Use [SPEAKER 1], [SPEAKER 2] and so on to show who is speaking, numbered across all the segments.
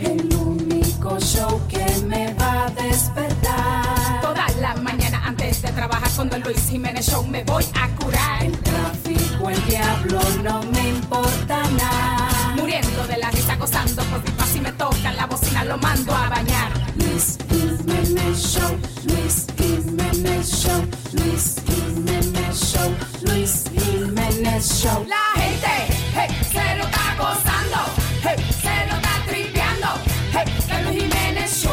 [SPEAKER 1] El único show que me va a despertar.
[SPEAKER 2] Toda la mañana antes de trabajar con Don Luis Jiménez Show me voy a curar.
[SPEAKER 1] El tráfico, el diablo, no me importa nada.
[SPEAKER 2] Muriendo de la risa, gozando por pipa si me toca la bocina, lo mando a bañar.
[SPEAKER 1] Luis Jiménez Show, Luis Jiménez Show, Luis Jiménez Show, Luis Jiménez Show.
[SPEAKER 2] La gente hey, se lo está gozando, hey, se lo está tripeando. Hey, el Luis Jiménez Show.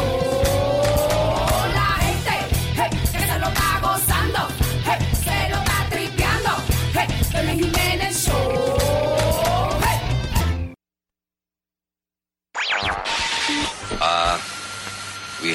[SPEAKER 2] La gente hey, que se lo está gozando, hey, se lo está tripeando. Hey, el Luis Jiménez Show. Hey.
[SPEAKER 3] Uh, We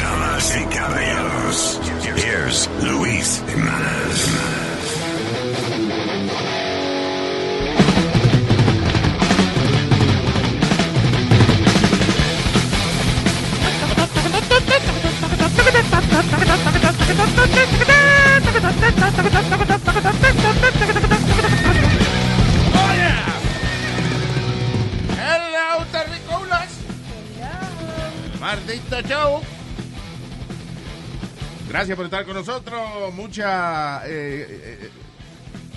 [SPEAKER 4] Damas y caballeros, here's Luis Jimenez.
[SPEAKER 5] Hello, terrícolas. Maldito show. Gracias por estar con nosotros. Mucha eh, eh,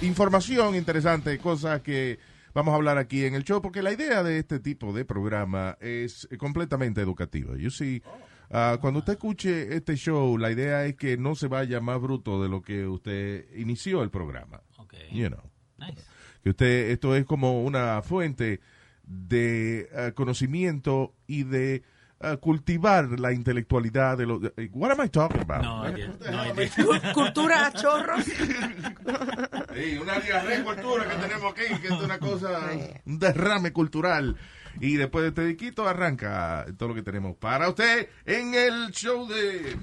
[SPEAKER 5] información interesante, cosas que vamos a hablar aquí en el show, porque la idea de este tipo de programa es completamente educativa. You see, ah, cuando usted escuche este show, la idea es que no se vaya más bruto de lo que usted inició el programa.
[SPEAKER 6] Ok.
[SPEAKER 5] You know
[SPEAKER 6] Nice.
[SPEAKER 5] que usted esto es como una fuente de eh, conocimiento y de eh, cultivar la intelectualidad de los What am I talking about?
[SPEAKER 6] No, I did. No, I did.
[SPEAKER 7] Cultura a chorros.
[SPEAKER 5] Sí, una diarrea de cultura que tenemos aquí, que es una cosa, un derrame cultural. Y después de este diquito arranca todo lo que tenemos para usted en el show de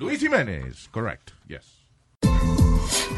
[SPEAKER 5] Luis Jiménez, correct, yes.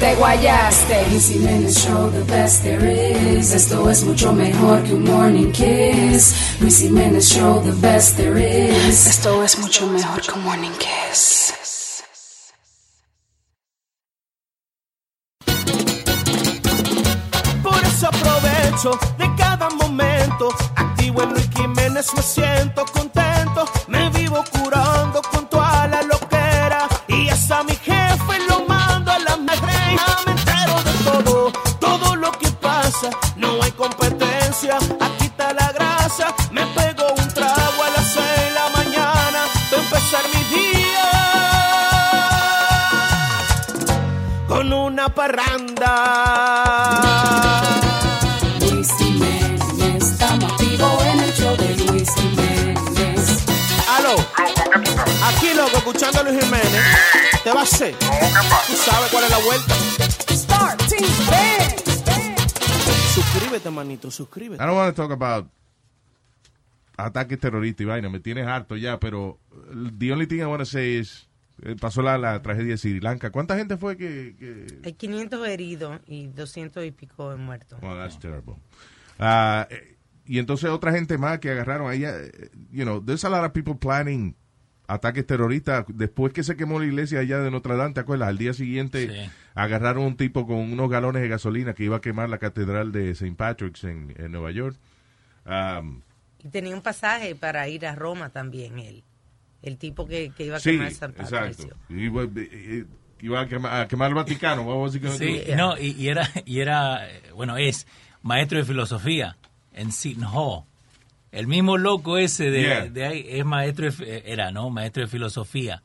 [SPEAKER 1] te guayaste. Luis Jiménez Show, the best there is. Esto es mucho mejor que un morning kiss. Luis Jiménez Show, the best there is. Esto es mucho mejor que un morning kiss.
[SPEAKER 8] Por eso aprovecho de cada momento. Activo en Luis Jiménez, me siento contento. Me vivo curando con toda la loquera. Y hasta mi jefe lo mando a la madre. Ya me entero de todo, todo lo que pasa. No hay competencia, aquí está la grasa. Me pego un trago a las seis de la mañana. Para empezar mi día con una parranda.
[SPEAKER 1] Luis Jiménez, estamos activo en el show de Luis Jiménez.
[SPEAKER 8] Aló, aquí loco, escuchando a Luis Jiménez. Te va a hacer. Tú sabes cuál es la vuelta. Suscríbete, manito, suscríbete.
[SPEAKER 5] I don't want to talk about ataques terroristas y vaina. Me tienes harto ya, pero the only thing I want to say is eh, pasó la, la tragedia de Sri Lanka. ¿Cuánta gente fue que...? que-
[SPEAKER 7] Hay 500 heridos y 200 y pico muertos.
[SPEAKER 5] Well, that's terrible. Ah, eh, y entonces otra gente más que agarraron ahí, eh, you know, there's a lot of people planning ataques terroristas. Después que se quemó la iglesia allá de Notre Dame, ¿te acuerdas? Al día siguiente
[SPEAKER 6] Sí.
[SPEAKER 5] agarraron un tipo con unos galones de gasolina que iba a quemar la catedral de St. Patrick's en, en Nueva York. Um,
[SPEAKER 7] Y tenía un pasaje para ir a Roma también él. El tipo que, que iba a
[SPEAKER 5] Sí,
[SPEAKER 7] quemar San Patricio.
[SPEAKER 5] exacto. Iba, eh, iba a, quemar, a quemar el Vaticano. what was he gonna
[SPEAKER 6] Sí, eh,
[SPEAKER 5] do?
[SPEAKER 6] no, y, y era, y era, eh, bueno, es maestro de filosofía en Seton Hall. El mismo loco ese de,
[SPEAKER 5] Yeah.
[SPEAKER 6] de ahí es maestro, de fi- eh, era, ¿no? Maestro de filosofía.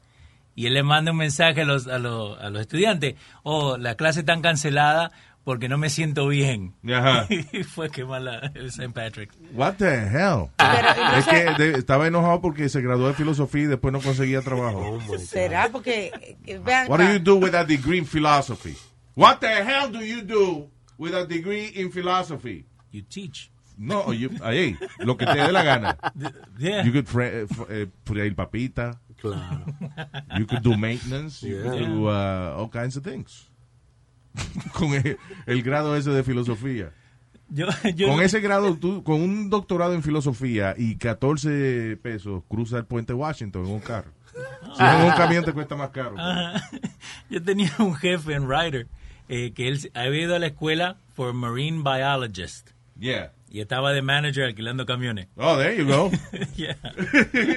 [SPEAKER 6] Y él le manda un mensaje a los, a los, a los estudiantes, oh, la clase está cancelada porque no me siento bien.
[SPEAKER 5] Ajá.
[SPEAKER 6] y fue quemar la, el St. Patrick.
[SPEAKER 5] What the hell?
[SPEAKER 7] Pero,
[SPEAKER 5] Es
[SPEAKER 7] entonces,
[SPEAKER 5] que de- estaba enojado porque se graduó de filosofía y después no conseguía trabajo.
[SPEAKER 7] ¿Será? Porque, eh, vean,
[SPEAKER 5] What do you do with a degree in philosophy? What the hell do you do with a degree in philosophy?
[SPEAKER 6] You teach.
[SPEAKER 5] No, you, ahí, lo que te dé la gana.
[SPEAKER 6] Yeah.
[SPEAKER 5] You could fre- eh, f- eh, freír papita.
[SPEAKER 9] Claro.
[SPEAKER 5] You could do maintenance. You could
[SPEAKER 9] Yeah.
[SPEAKER 5] do uh, all kinds of things. con el, el grado ese de filosofía.
[SPEAKER 6] Yo, yo,
[SPEAKER 5] Con ese grado, tú, con un doctorado en filosofía y 14 pesos, cruza el puente Washington en un carro. Si es en un camión te cuesta más caro.
[SPEAKER 6] Ajá. Yo tenía un jefe en Ryder eh, que él había ido a la escuela for marine biologist
[SPEAKER 5] Yeah.
[SPEAKER 6] y estaba de manager alquilando camiones.
[SPEAKER 5] Oh, there you go.
[SPEAKER 6] Yeah.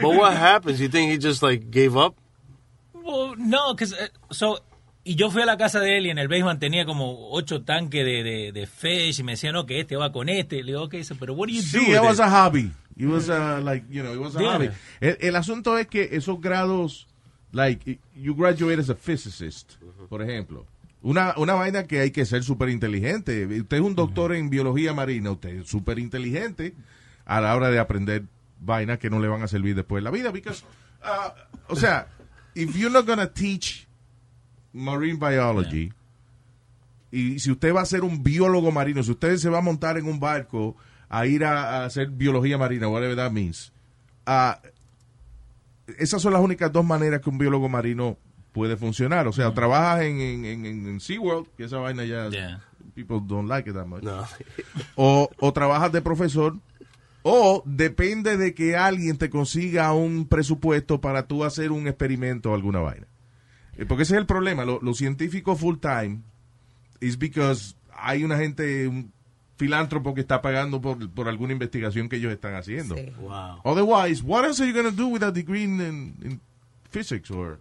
[SPEAKER 9] But what happens? You think he just like gave up?
[SPEAKER 6] Well, no, 'cause, eh, so, y yo fui a la casa de él y en el basement tenía como ocho tanques de, de, de fish y me decía, no, que este va con este. Le digo, ok, so, pero what do you do
[SPEAKER 5] Sí,
[SPEAKER 6] with
[SPEAKER 5] it was
[SPEAKER 6] it?"
[SPEAKER 5] a hobby. It was a, like, you know, it was a
[SPEAKER 6] Yeah.
[SPEAKER 5] hobby. El, el asunto es que esos grados, like, you graduate as a physicist, por ejemplo. Una, una vaina que hay que ser súper inteligente. Usted es un doctor en biología marina, usted es súper inteligente a la hora de aprender vainas que no le van a servir después en la vida. Because, ah, o sea, if you're not gonna teach marine biology, y si usted va a ser un biólogo marino, si usted se va a montar en un barco a ir a, a hacer biología marina, whatever that means, ah, esas son las únicas dos maneras que un biólogo marino puede funcionar. O sea, trabajas en, en, en, en- en SeaWorld, que esa vaina ya...
[SPEAKER 6] Yeah.
[SPEAKER 5] People don't like it that much.
[SPEAKER 9] No.
[SPEAKER 5] O, o trabajas de profesor, o depende de que alguien te consiga un presupuesto para tú hacer un experimento o alguna vaina. Eh, Porque ese es el problema. Lo- Los científicos full time is because hay una gente, un filántropo que está pagando por, por alguna investigación que ellos están haciendo.
[SPEAKER 7] Sí.
[SPEAKER 9] Wow.
[SPEAKER 5] Otherwise, what else are you going to do with a degree in, in- in physics or,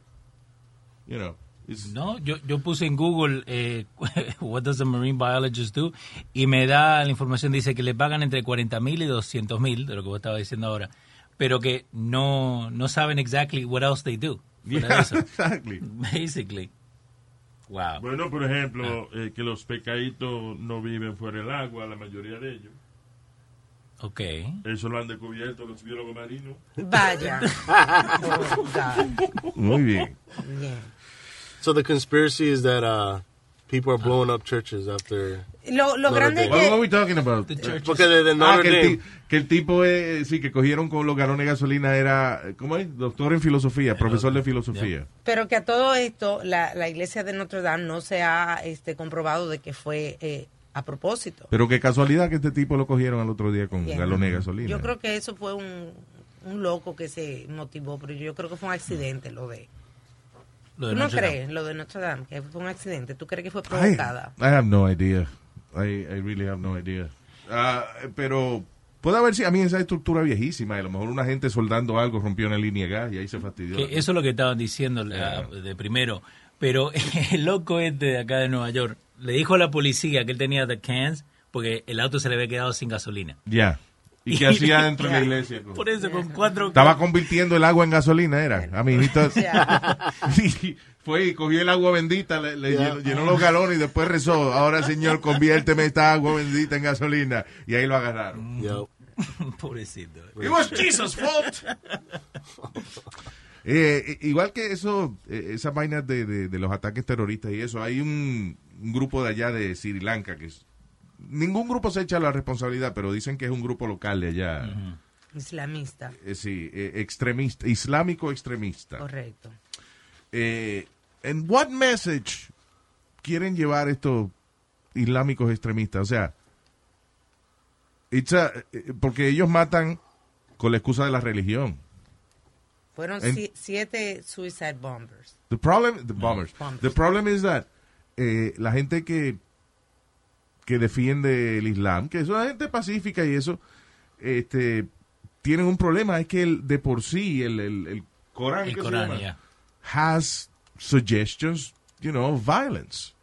[SPEAKER 5] you know, it's-
[SPEAKER 6] No, yo, yo puse en Google, eh, what does a marine biologist do? Y me da la información, dice que le pagan entre 40 mil y 200 mil, de lo que vos estabas diciendo ahora, pero que no, no saben exactly what else they do. fuera de
[SPEAKER 5] Yeah,
[SPEAKER 6] eso.
[SPEAKER 5] exactly.
[SPEAKER 6] Basically. Wow. Ah.
[SPEAKER 10] Bueno, por ejemplo, eh, que los pescaditos no viven fuera del agua, la mayoría de ellos.
[SPEAKER 6] Ok.
[SPEAKER 10] Eso lo han descubierto los biólogos marinos.
[SPEAKER 7] vaya. Oh, God.
[SPEAKER 5] Muy bien.
[SPEAKER 7] Yeah.
[SPEAKER 9] So the conspiracy is that uh, people are blowing up churches after
[SPEAKER 7] Lo, lo
[SPEAKER 9] No,
[SPEAKER 7] grande es
[SPEAKER 9] no,
[SPEAKER 5] What, what are
[SPEAKER 7] que
[SPEAKER 5] we talking about?
[SPEAKER 6] The church
[SPEAKER 9] porque de, de
[SPEAKER 5] Ah,
[SPEAKER 9] Notre
[SPEAKER 5] que el, ti-
[SPEAKER 9] Dame.
[SPEAKER 5] que el tipo, eh, sí, que cogieron con los galones de gasolina, era, eh, ¿cómo es? Doctor en filosofía, profesor de filosofía.
[SPEAKER 7] Pero que a todo esto, la, la iglesia de Notre Dame no se ha este, comprobado de que fue eh, a propósito.
[SPEAKER 5] Pero qué casualidad que este tipo lo cogieron al otro día con
[SPEAKER 7] Bien.
[SPEAKER 5] galones de Mm, gasolina.
[SPEAKER 7] Yo creo que eso fue un, un loco que se motivó, pero yo creo que fue un accidente lo de...
[SPEAKER 6] Lo de
[SPEAKER 7] ¿Tú no
[SPEAKER 6] Notre Dame.
[SPEAKER 7] crees lo de Notre Dame? Que fue un accidente. ¿Tú crees que fue
[SPEAKER 5] I,
[SPEAKER 7] provocada?
[SPEAKER 5] I have no idea. I, I really have no idea. Ah, pero puede haber si a mí esa estructura viejísima, y a lo mejor una gente soldando algo rompió una línea de gas y ahí se fastidió.
[SPEAKER 6] Que eso es lo que estaban diciendo la- de primero. Pero el loco este de acá de Nueva York le dijo a la policía que él tenía the cans porque el auto se le había quedado sin gasolina.
[SPEAKER 5] Ya. ¿Y qué hacía dentro de la iglesia?
[SPEAKER 6] Por eso, con cuatro...
[SPEAKER 5] Estaba convirtiendo el agua en gasolina, era. Amiguito. Sí, fue y cogió el agua bendita, le, le llenó, llenó los galones y después rezó. Ahora, Señor, conviérteme esta agua bendita en gasolina. Y ahí lo agarraron.
[SPEAKER 9] Yo.
[SPEAKER 6] Pobrecito.
[SPEAKER 5] It was Jesus' fault. Eh, i- igual que eso, eh, esas vainas de, de- de los ataques terroristas y eso, hay un, un grupo de allá de Sri Lanka que es- ningún grupo se echa la responsabilidad, pero dicen que es un grupo local de allá,
[SPEAKER 7] Islamista.
[SPEAKER 5] Eh, sí, eh, extremista, islámico extremista.
[SPEAKER 7] Correcto.
[SPEAKER 5] Eh, ¿En what message quieren llevar estos islámicos extremistas? O sea, it's a- eh, porque ellos matan con la excusa de la religión.
[SPEAKER 7] Fueron
[SPEAKER 5] En-
[SPEAKER 7] si- siete suicide bombers.
[SPEAKER 5] The problem, the bombers.
[SPEAKER 7] Bombers.
[SPEAKER 5] The problem is that eh, la gente que que defiende el Islam, que es una gente pacífica y eso, este, tienen un problema es que el, de por sí el, el, el Corán,
[SPEAKER 6] El
[SPEAKER 5] ¿qué se
[SPEAKER 6] Corán,
[SPEAKER 5] llama?
[SPEAKER 6] ya.
[SPEAKER 5] has suggestions, you know, of violence.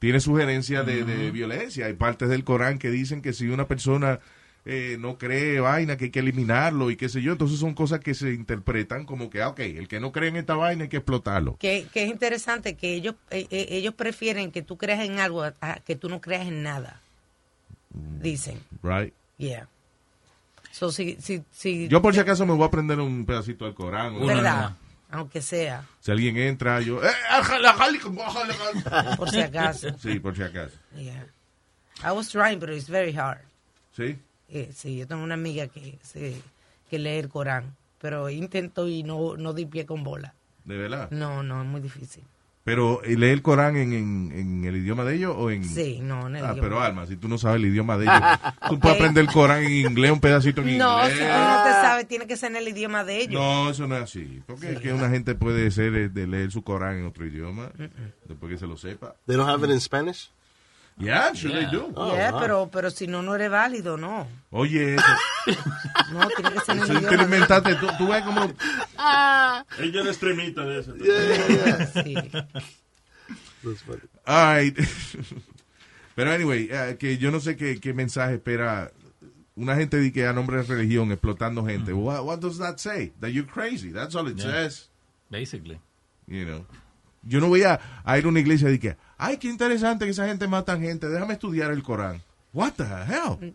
[SPEAKER 5] Tiene sugerencias de, de violencia. Hay partes del Corán que dicen que si una persona eh, no cree vaina, que hay que eliminarlo y qué sé yo. Entonces son cosas que se interpretan como que, ah, ok, el que no cree en esta vaina hay que explotarlo.
[SPEAKER 7] Que, que es interesante que ellos, eh, eh, ellos prefieren que tú creas en algo a, a que tú no creas en nada.
[SPEAKER 5] Mm.
[SPEAKER 7] Dicen.
[SPEAKER 5] Right.
[SPEAKER 7] Yeah. So, si, si, si,
[SPEAKER 5] Yo por si acaso me voy a prender un pedacito del Corán. o-
[SPEAKER 7] ¿Verdad? Aunque sea.
[SPEAKER 5] Si alguien entra, yo... "Eh,
[SPEAKER 7] Por si acaso.
[SPEAKER 5] Sí, por si acaso.
[SPEAKER 7] Yeah. I was trying, but it's very hard.
[SPEAKER 5] ¿Sí?
[SPEAKER 7] Eh, sí, yo tengo una amiga que, se- que lee el Corán, pero intento y no, no di pie con bola.
[SPEAKER 5] ¿De verdad?
[SPEAKER 7] No, no, es muy difícil.
[SPEAKER 5] Pero ¿eh, lee el Corán en, en- en el idioma de ellos o en...
[SPEAKER 7] Sí, no, en el
[SPEAKER 5] Ah,
[SPEAKER 7] idioma.
[SPEAKER 5] pero Alma, si tú no sabes el idioma de ellos, tú puedes aprender el Corán en inglés, un pedacito en
[SPEAKER 7] No, si
[SPEAKER 5] inglés.
[SPEAKER 7] tú no te sabes, tiene que ser en el idioma de ellos.
[SPEAKER 5] No, eso no es así. Porque es que una gente puede ser eh, de leer su Corán en otro idioma,
[SPEAKER 7] Mm,
[SPEAKER 5] después que se lo sepa.
[SPEAKER 9] They don't have it in Spanish? Oh,
[SPEAKER 5] Yeah, sure they do.
[SPEAKER 7] Yeah,
[SPEAKER 9] wow.
[SPEAKER 7] pero, pero si no, no eres válido, no.
[SPEAKER 5] Oye, eso,
[SPEAKER 7] No, tiene que ser en el
[SPEAKER 5] eso
[SPEAKER 7] idioma
[SPEAKER 5] te lo
[SPEAKER 7] de-
[SPEAKER 5] inventaste. Tú, tú ves como...
[SPEAKER 6] Ah.
[SPEAKER 10] Ella era extremita de eso.
[SPEAKER 7] Sí.
[SPEAKER 9] That's funny.
[SPEAKER 5] All right. Pero anyway, eh, que yo no sé qué, qué mensaje espera una gente de que a nombre de religión explotando gente. What, what does that say? That you're crazy. That's all it says.
[SPEAKER 6] Basically.
[SPEAKER 5] You know. Yo no voy a, a ir a una iglesia de que, ay, qué interesante que esa gente mata gente. Déjame estudiar el Corán. What the hell?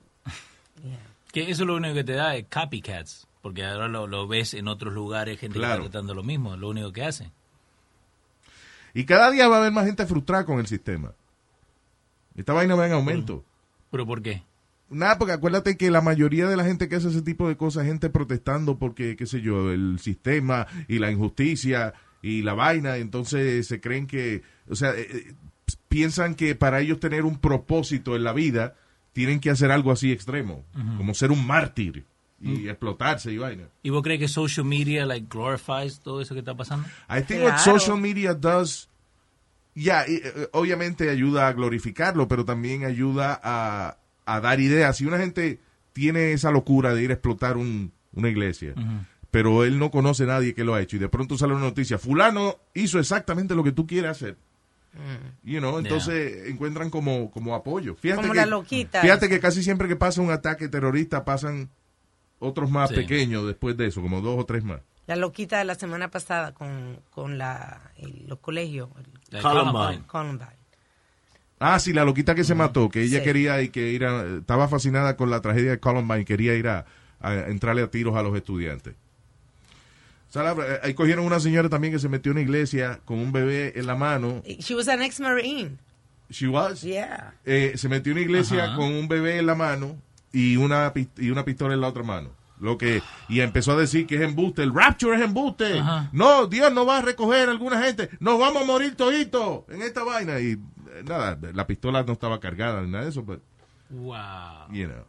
[SPEAKER 6] Que eso lo único que te da es copycats. Porque ahora lo, lo ves en otros lugares, gente que
[SPEAKER 5] Claro.
[SPEAKER 6] está tratando lo mismo, lo único que hace.
[SPEAKER 5] Y cada día va a haber más gente frustrada con el sistema. Esta vaina va en aumento.
[SPEAKER 6] ¿Pero por qué?
[SPEAKER 5] Nada, porque acuérdate que la mayoría de la gente que hace ese tipo de cosas, gente protestando porque, qué sé yo, el sistema y la injusticia y la vaina, entonces se creen que, o sea, eh, eh, piensan que para ellos tener un propósito en la vida, tienen que hacer algo así extremo, como ser un mártir y explotarse y vaina.
[SPEAKER 6] Mm. ¿Y vos crees que social media like glorifies todo eso que está pasando?
[SPEAKER 5] I think
[SPEAKER 7] Claro.
[SPEAKER 5] what social media does, ya, y, eh, obviamente ayuda a glorificarlo, pero también ayuda a, a dar ideas. Si una gente tiene esa locura de ir a explotar un- una iglesia, pero él no conoce a nadie que lo ha hecho, y de pronto sale una noticia, fulano hizo exactamente lo que tú quieres hacer.
[SPEAKER 7] Mm.
[SPEAKER 5] You know, entonces encuentran como, como apoyo. Fíjate
[SPEAKER 7] Como
[SPEAKER 5] que,
[SPEAKER 7] la loquita.
[SPEAKER 5] Fíjate que casi siempre que pasa un ataque terrorista pasan otros más
[SPEAKER 6] Sí.
[SPEAKER 5] pequeños después de eso, como dos o tres más.
[SPEAKER 7] La loquita de la semana pasada con, con la, el- los colegios, el
[SPEAKER 6] Like
[SPEAKER 9] Columbine.
[SPEAKER 7] Columbine.
[SPEAKER 5] Ah, sí, la loquita que se mató, que ella
[SPEAKER 7] Sí.
[SPEAKER 5] quería y que ir a- estaba fascinada con la tragedia de Columbine, quería ir a, a entrarle a tiros a los estudiantes. O sea, la- eh, ahí cogieron una señora también que se metió en una iglesia con un bebé en la mano.
[SPEAKER 7] She was an ex-marine.
[SPEAKER 5] She was.
[SPEAKER 7] Yeah.
[SPEAKER 5] Eh, se metió en una iglesia
[SPEAKER 6] Ajá.
[SPEAKER 5] con un bebé en la mano y una, pis- y una pistola en la otra mano. Lo que, y empezó a decir que es embuste, el rapture es embuste.
[SPEAKER 6] Ajá.
[SPEAKER 5] No, Dios no va a recoger a alguna gente. Nos vamos a morir toditos en esta vaina. Y eh, nada, la pistola no estaba cargada ni nada de eso, pero,
[SPEAKER 6] Wow.
[SPEAKER 5] you know.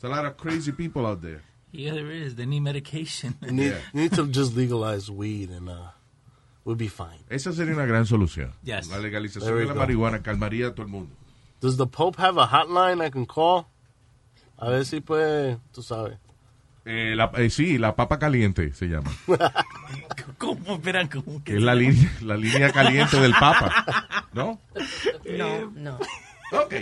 [SPEAKER 5] There's a lot of crazy people out there.
[SPEAKER 6] Yeah, there is. They need medication.
[SPEAKER 9] You need,
[SPEAKER 5] Yeah.
[SPEAKER 9] you need to just legalize weed and uh, we'll be fine.
[SPEAKER 5] Esa sería una gran solución.
[SPEAKER 6] Yes.
[SPEAKER 5] La legalización
[SPEAKER 9] There we
[SPEAKER 5] de la
[SPEAKER 9] go.
[SPEAKER 5] marihuana calmaría a todo el mundo.
[SPEAKER 9] Does the Pope have a hotline I can call? A ver si puede, tú sabes.
[SPEAKER 5] Eh, la- eh, sí, la papa caliente se llama.
[SPEAKER 6] ¿Cómo esperan? ¿Cómo
[SPEAKER 5] Que es la línea, la línea caliente del papa. ¿No?
[SPEAKER 7] No, no.
[SPEAKER 5] Ok.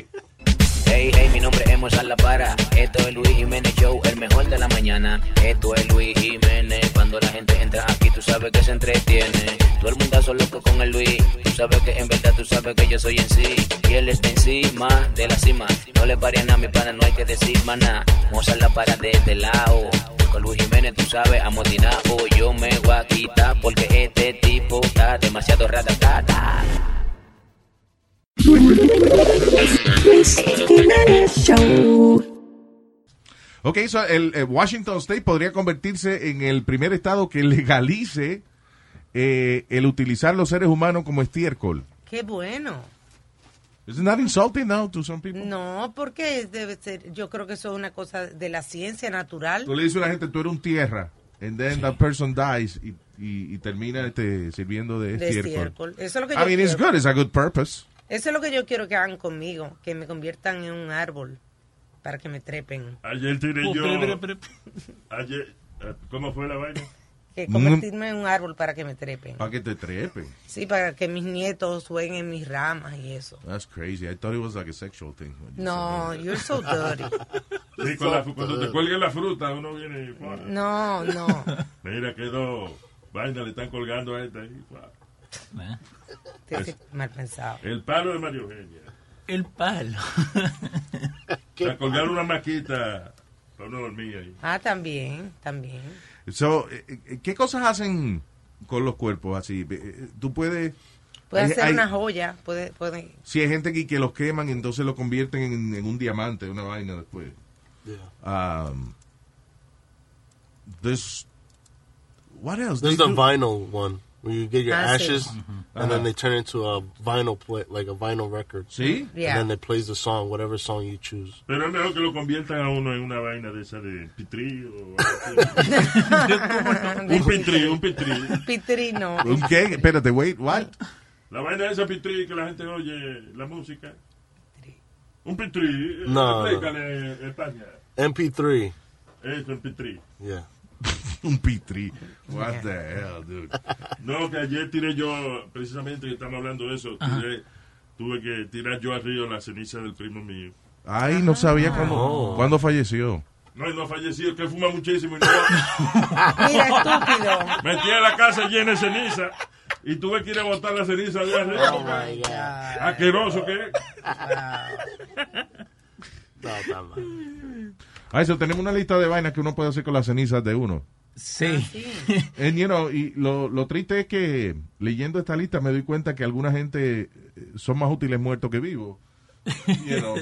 [SPEAKER 11] Hey, hey, mi nombre es Mozart La Para. Esto es Luis Jiménez Show, el mejor de la mañana. Esto es Luis Jiménez. Cuando la gente entra aquí, tú sabes que se entretiene. Todo el mundazo loco con el Luis. Tú sabes que en verdad tú sabes que yo soy en sí. Y él está encima de la cima. No le parían a mi pana, no hay que decir maná. Mozart La Para de este lado. Con Luis Jiménez, tú sabes, amotinado. Yo me voy a quitar porque este tipo está demasiado ratatata.
[SPEAKER 5] Ok, so el, eh, Washington State podría convertirse en el primer estado que legalice eh, el utilizar los seres humanos como estiércol.
[SPEAKER 7] Qué bueno.
[SPEAKER 5] Isn't that insulting now to some
[SPEAKER 7] Mm-hmm.
[SPEAKER 5] people?
[SPEAKER 7] No, porque debe ser, yo creo que eso es una cosa de la ciencia natural.
[SPEAKER 5] Tú le dices a la gente, tú eres un tierra, and then that person dies y, y- y termina este, sirviendo de
[SPEAKER 7] De
[SPEAKER 5] estiércol.
[SPEAKER 7] estiércol. Eso es lo que
[SPEAKER 5] I
[SPEAKER 7] yo
[SPEAKER 5] mean, it's
[SPEAKER 7] quiero.
[SPEAKER 5] good, it's a good purpose.
[SPEAKER 7] Eso es lo que yo quiero que hagan conmigo, que me conviertan en un árbol para que me trepen.
[SPEAKER 10] Ayer tiré yo.
[SPEAKER 6] Pero, Oh, pero, pero, pero-
[SPEAKER 10] Ayer, eh, ¿Cómo fue la vaina?
[SPEAKER 7] Que convertirme en un árbol para que me trepen.
[SPEAKER 5] Para que te trepe.
[SPEAKER 7] Sí, para que mis nietos jueguen en mis ramas y eso.
[SPEAKER 5] That's crazy. I thought it was like a sexual thing.
[SPEAKER 7] No, you're so dirty.
[SPEAKER 10] Sí, con la- cuando te cuelguen la fruta, uno viene y... ¡fua!
[SPEAKER 7] No, no.
[SPEAKER 10] Mira, quedó... Vaina, le están colgando a esta ahí. ¡fua!
[SPEAKER 7] Te- te- Mal pensado.
[SPEAKER 10] El palo de Mario Eugenia.
[SPEAKER 6] El palo.
[SPEAKER 10] Para colgar una maquita para uno dormir ahí.
[SPEAKER 7] Ah, también, también.
[SPEAKER 5] So, eh, eh, ¿Qué cosas hacen con los cuerpos así? Eh, eh, Tú puedes...
[SPEAKER 7] Puede
[SPEAKER 5] hay-
[SPEAKER 7] hacer
[SPEAKER 5] hay-
[SPEAKER 7] una joya. Puede, puede.
[SPEAKER 5] Si hay gente que, que los queman, entonces los convierten en, en un diamante, una vaina después. Um, there's... What else?
[SPEAKER 9] This is
[SPEAKER 5] They
[SPEAKER 9] the
[SPEAKER 5] do-
[SPEAKER 9] vinyl one where you get your
[SPEAKER 5] Ah, sí.
[SPEAKER 9] ashes
[SPEAKER 5] Mhm.
[SPEAKER 9] and then
[SPEAKER 5] Ajá.
[SPEAKER 9] they turn into a vinyl play, like a vinyl record.
[SPEAKER 5] See?
[SPEAKER 9] And
[SPEAKER 10] Yeah.
[SPEAKER 9] then it plays the song, whatever song you choose.
[SPEAKER 10] Pero es mejor que lo conviertan a uno en una vaina de esa de pitri o
[SPEAKER 7] no?
[SPEAKER 10] un pitri, un pitri.
[SPEAKER 7] Pitrino.
[SPEAKER 5] ¿Un qué? Espérate, wait, what?
[SPEAKER 10] La vaina de esa pitri que la gente oye la música. Un pitri.
[SPEAKER 9] No, no.
[SPEAKER 10] Explícale, España.
[SPEAKER 9] MP3.
[SPEAKER 10] Eso, un pitri.
[SPEAKER 9] Yeah.
[SPEAKER 5] Un pitri. What
[SPEAKER 10] Yeah.
[SPEAKER 5] the hell, dude?
[SPEAKER 10] No, que ayer tiré yo, precisamente que estamos hablando de eso,
[SPEAKER 5] Ajá.
[SPEAKER 10] tiré- tuve que tirar yo al río la ceniza del primo mío.
[SPEAKER 5] Ay, Ah. no sabía cuándo,
[SPEAKER 10] Oh.
[SPEAKER 5] cuándo falleció.
[SPEAKER 10] No, y no falleció, que fuma muchísimo. Y no...
[SPEAKER 7] Mira, estúpido.
[SPEAKER 10] Metí a la casa llena de ceniza y tuve que ir a botar la ceniza de arriba.
[SPEAKER 9] Oh, my God.
[SPEAKER 10] Asqueroso que es.
[SPEAKER 9] No, está mal.
[SPEAKER 5] Ah, eso, tenemos una lista de vainas que uno puede hacer con las cenizas de uno.
[SPEAKER 6] Sí.
[SPEAKER 5] And, you know, y lo, lo triste es que leyendo esta lista me doy cuenta que alguna gente eh, son más útiles muertos que vivos. You know.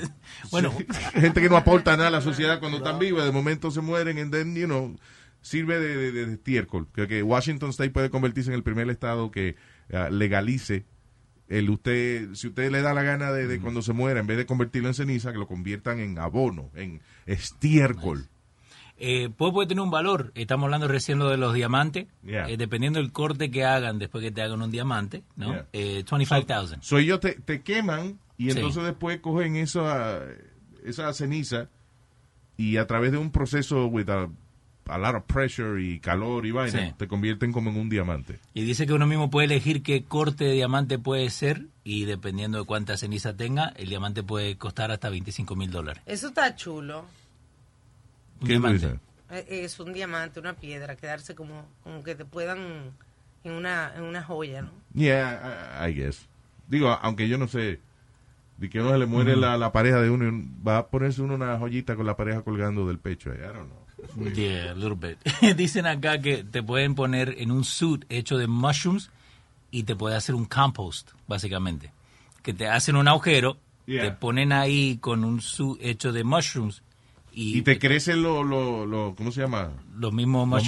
[SPEAKER 6] Bueno.
[SPEAKER 5] gente que no aporta nada a la sociedad cuando están vivos, de momento se mueren, and then, you know, sirve de, de- de- de estiércol. Creo que Washington State puede convertirse en el primer estado que ah, legalice el usted, si usted le da la gana de, de cuando se muera, en vez de convertirlo en ceniza, que lo conviertan en abono, en estiércol.
[SPEAKER 6] Eh, puede, puede tener un valor. Estamos hablando recién lo de los diamantes.
[SPEAKER 5] Yeah.
[SPEAKER 6] Eh, dependiendo del corte que hagan después que te hagan un diamante, ¿no?
[SPEAKER 5] Yeah.
[SPEAKER 6] Eh, 25,000.
[SPEAKER 5] So ellos te, te queman y
[SPEAKER 6] Sí.
[SPEAKER 5] entonces después cogen esa, esa ceniza y a través de un proceso with a, a lot of pressure y calor y vaina,
[SPEAKER 6] Sí.
[SPEAKER 5] te convierten como en un diamante.
[SPEAKER 6] Y dice que uno mismo puede elegir qué corte de diamante puede ser y dependiendo de cuánta ceniza tenga, el diamante puede costar hasta 25 mil dólares.
[SPEAKER 7] Eso está chulo.
[SPEAKER 6] Un diamante.
[SPEAKER 7] Eh, eh, Es un diamante, una piedra. Quedarse como, como que te puedan en una, en una joya, ¿no?
[SPEAKER 5] Yeah, I, I guess. Digo, aunque yo no sé, de que uno se le muere
[SPEAKER 6] Ujú.
[SPEAKER 5] la, la pareja de uno y un- va a ponerse uno una joyita con la pareja colgando del pecho. I don't know.
[SPEAKER 6] Yeah, a little bit. Dicen acá que te pueden poner en un suit hecho de mushrooms y te puede hacer un compost, básicamente. Que te hacen un agujero,
[SPEAKER 5] Yeah.
[SPEAKER 6] te ponen ahí con un suit hecho de mushrooms y,
[SPEAKER 5] Y te crecen los, lo, lo, ¿cómo se llama?
[SPEAKER 6] los mismos
[SPEAKER 5] Los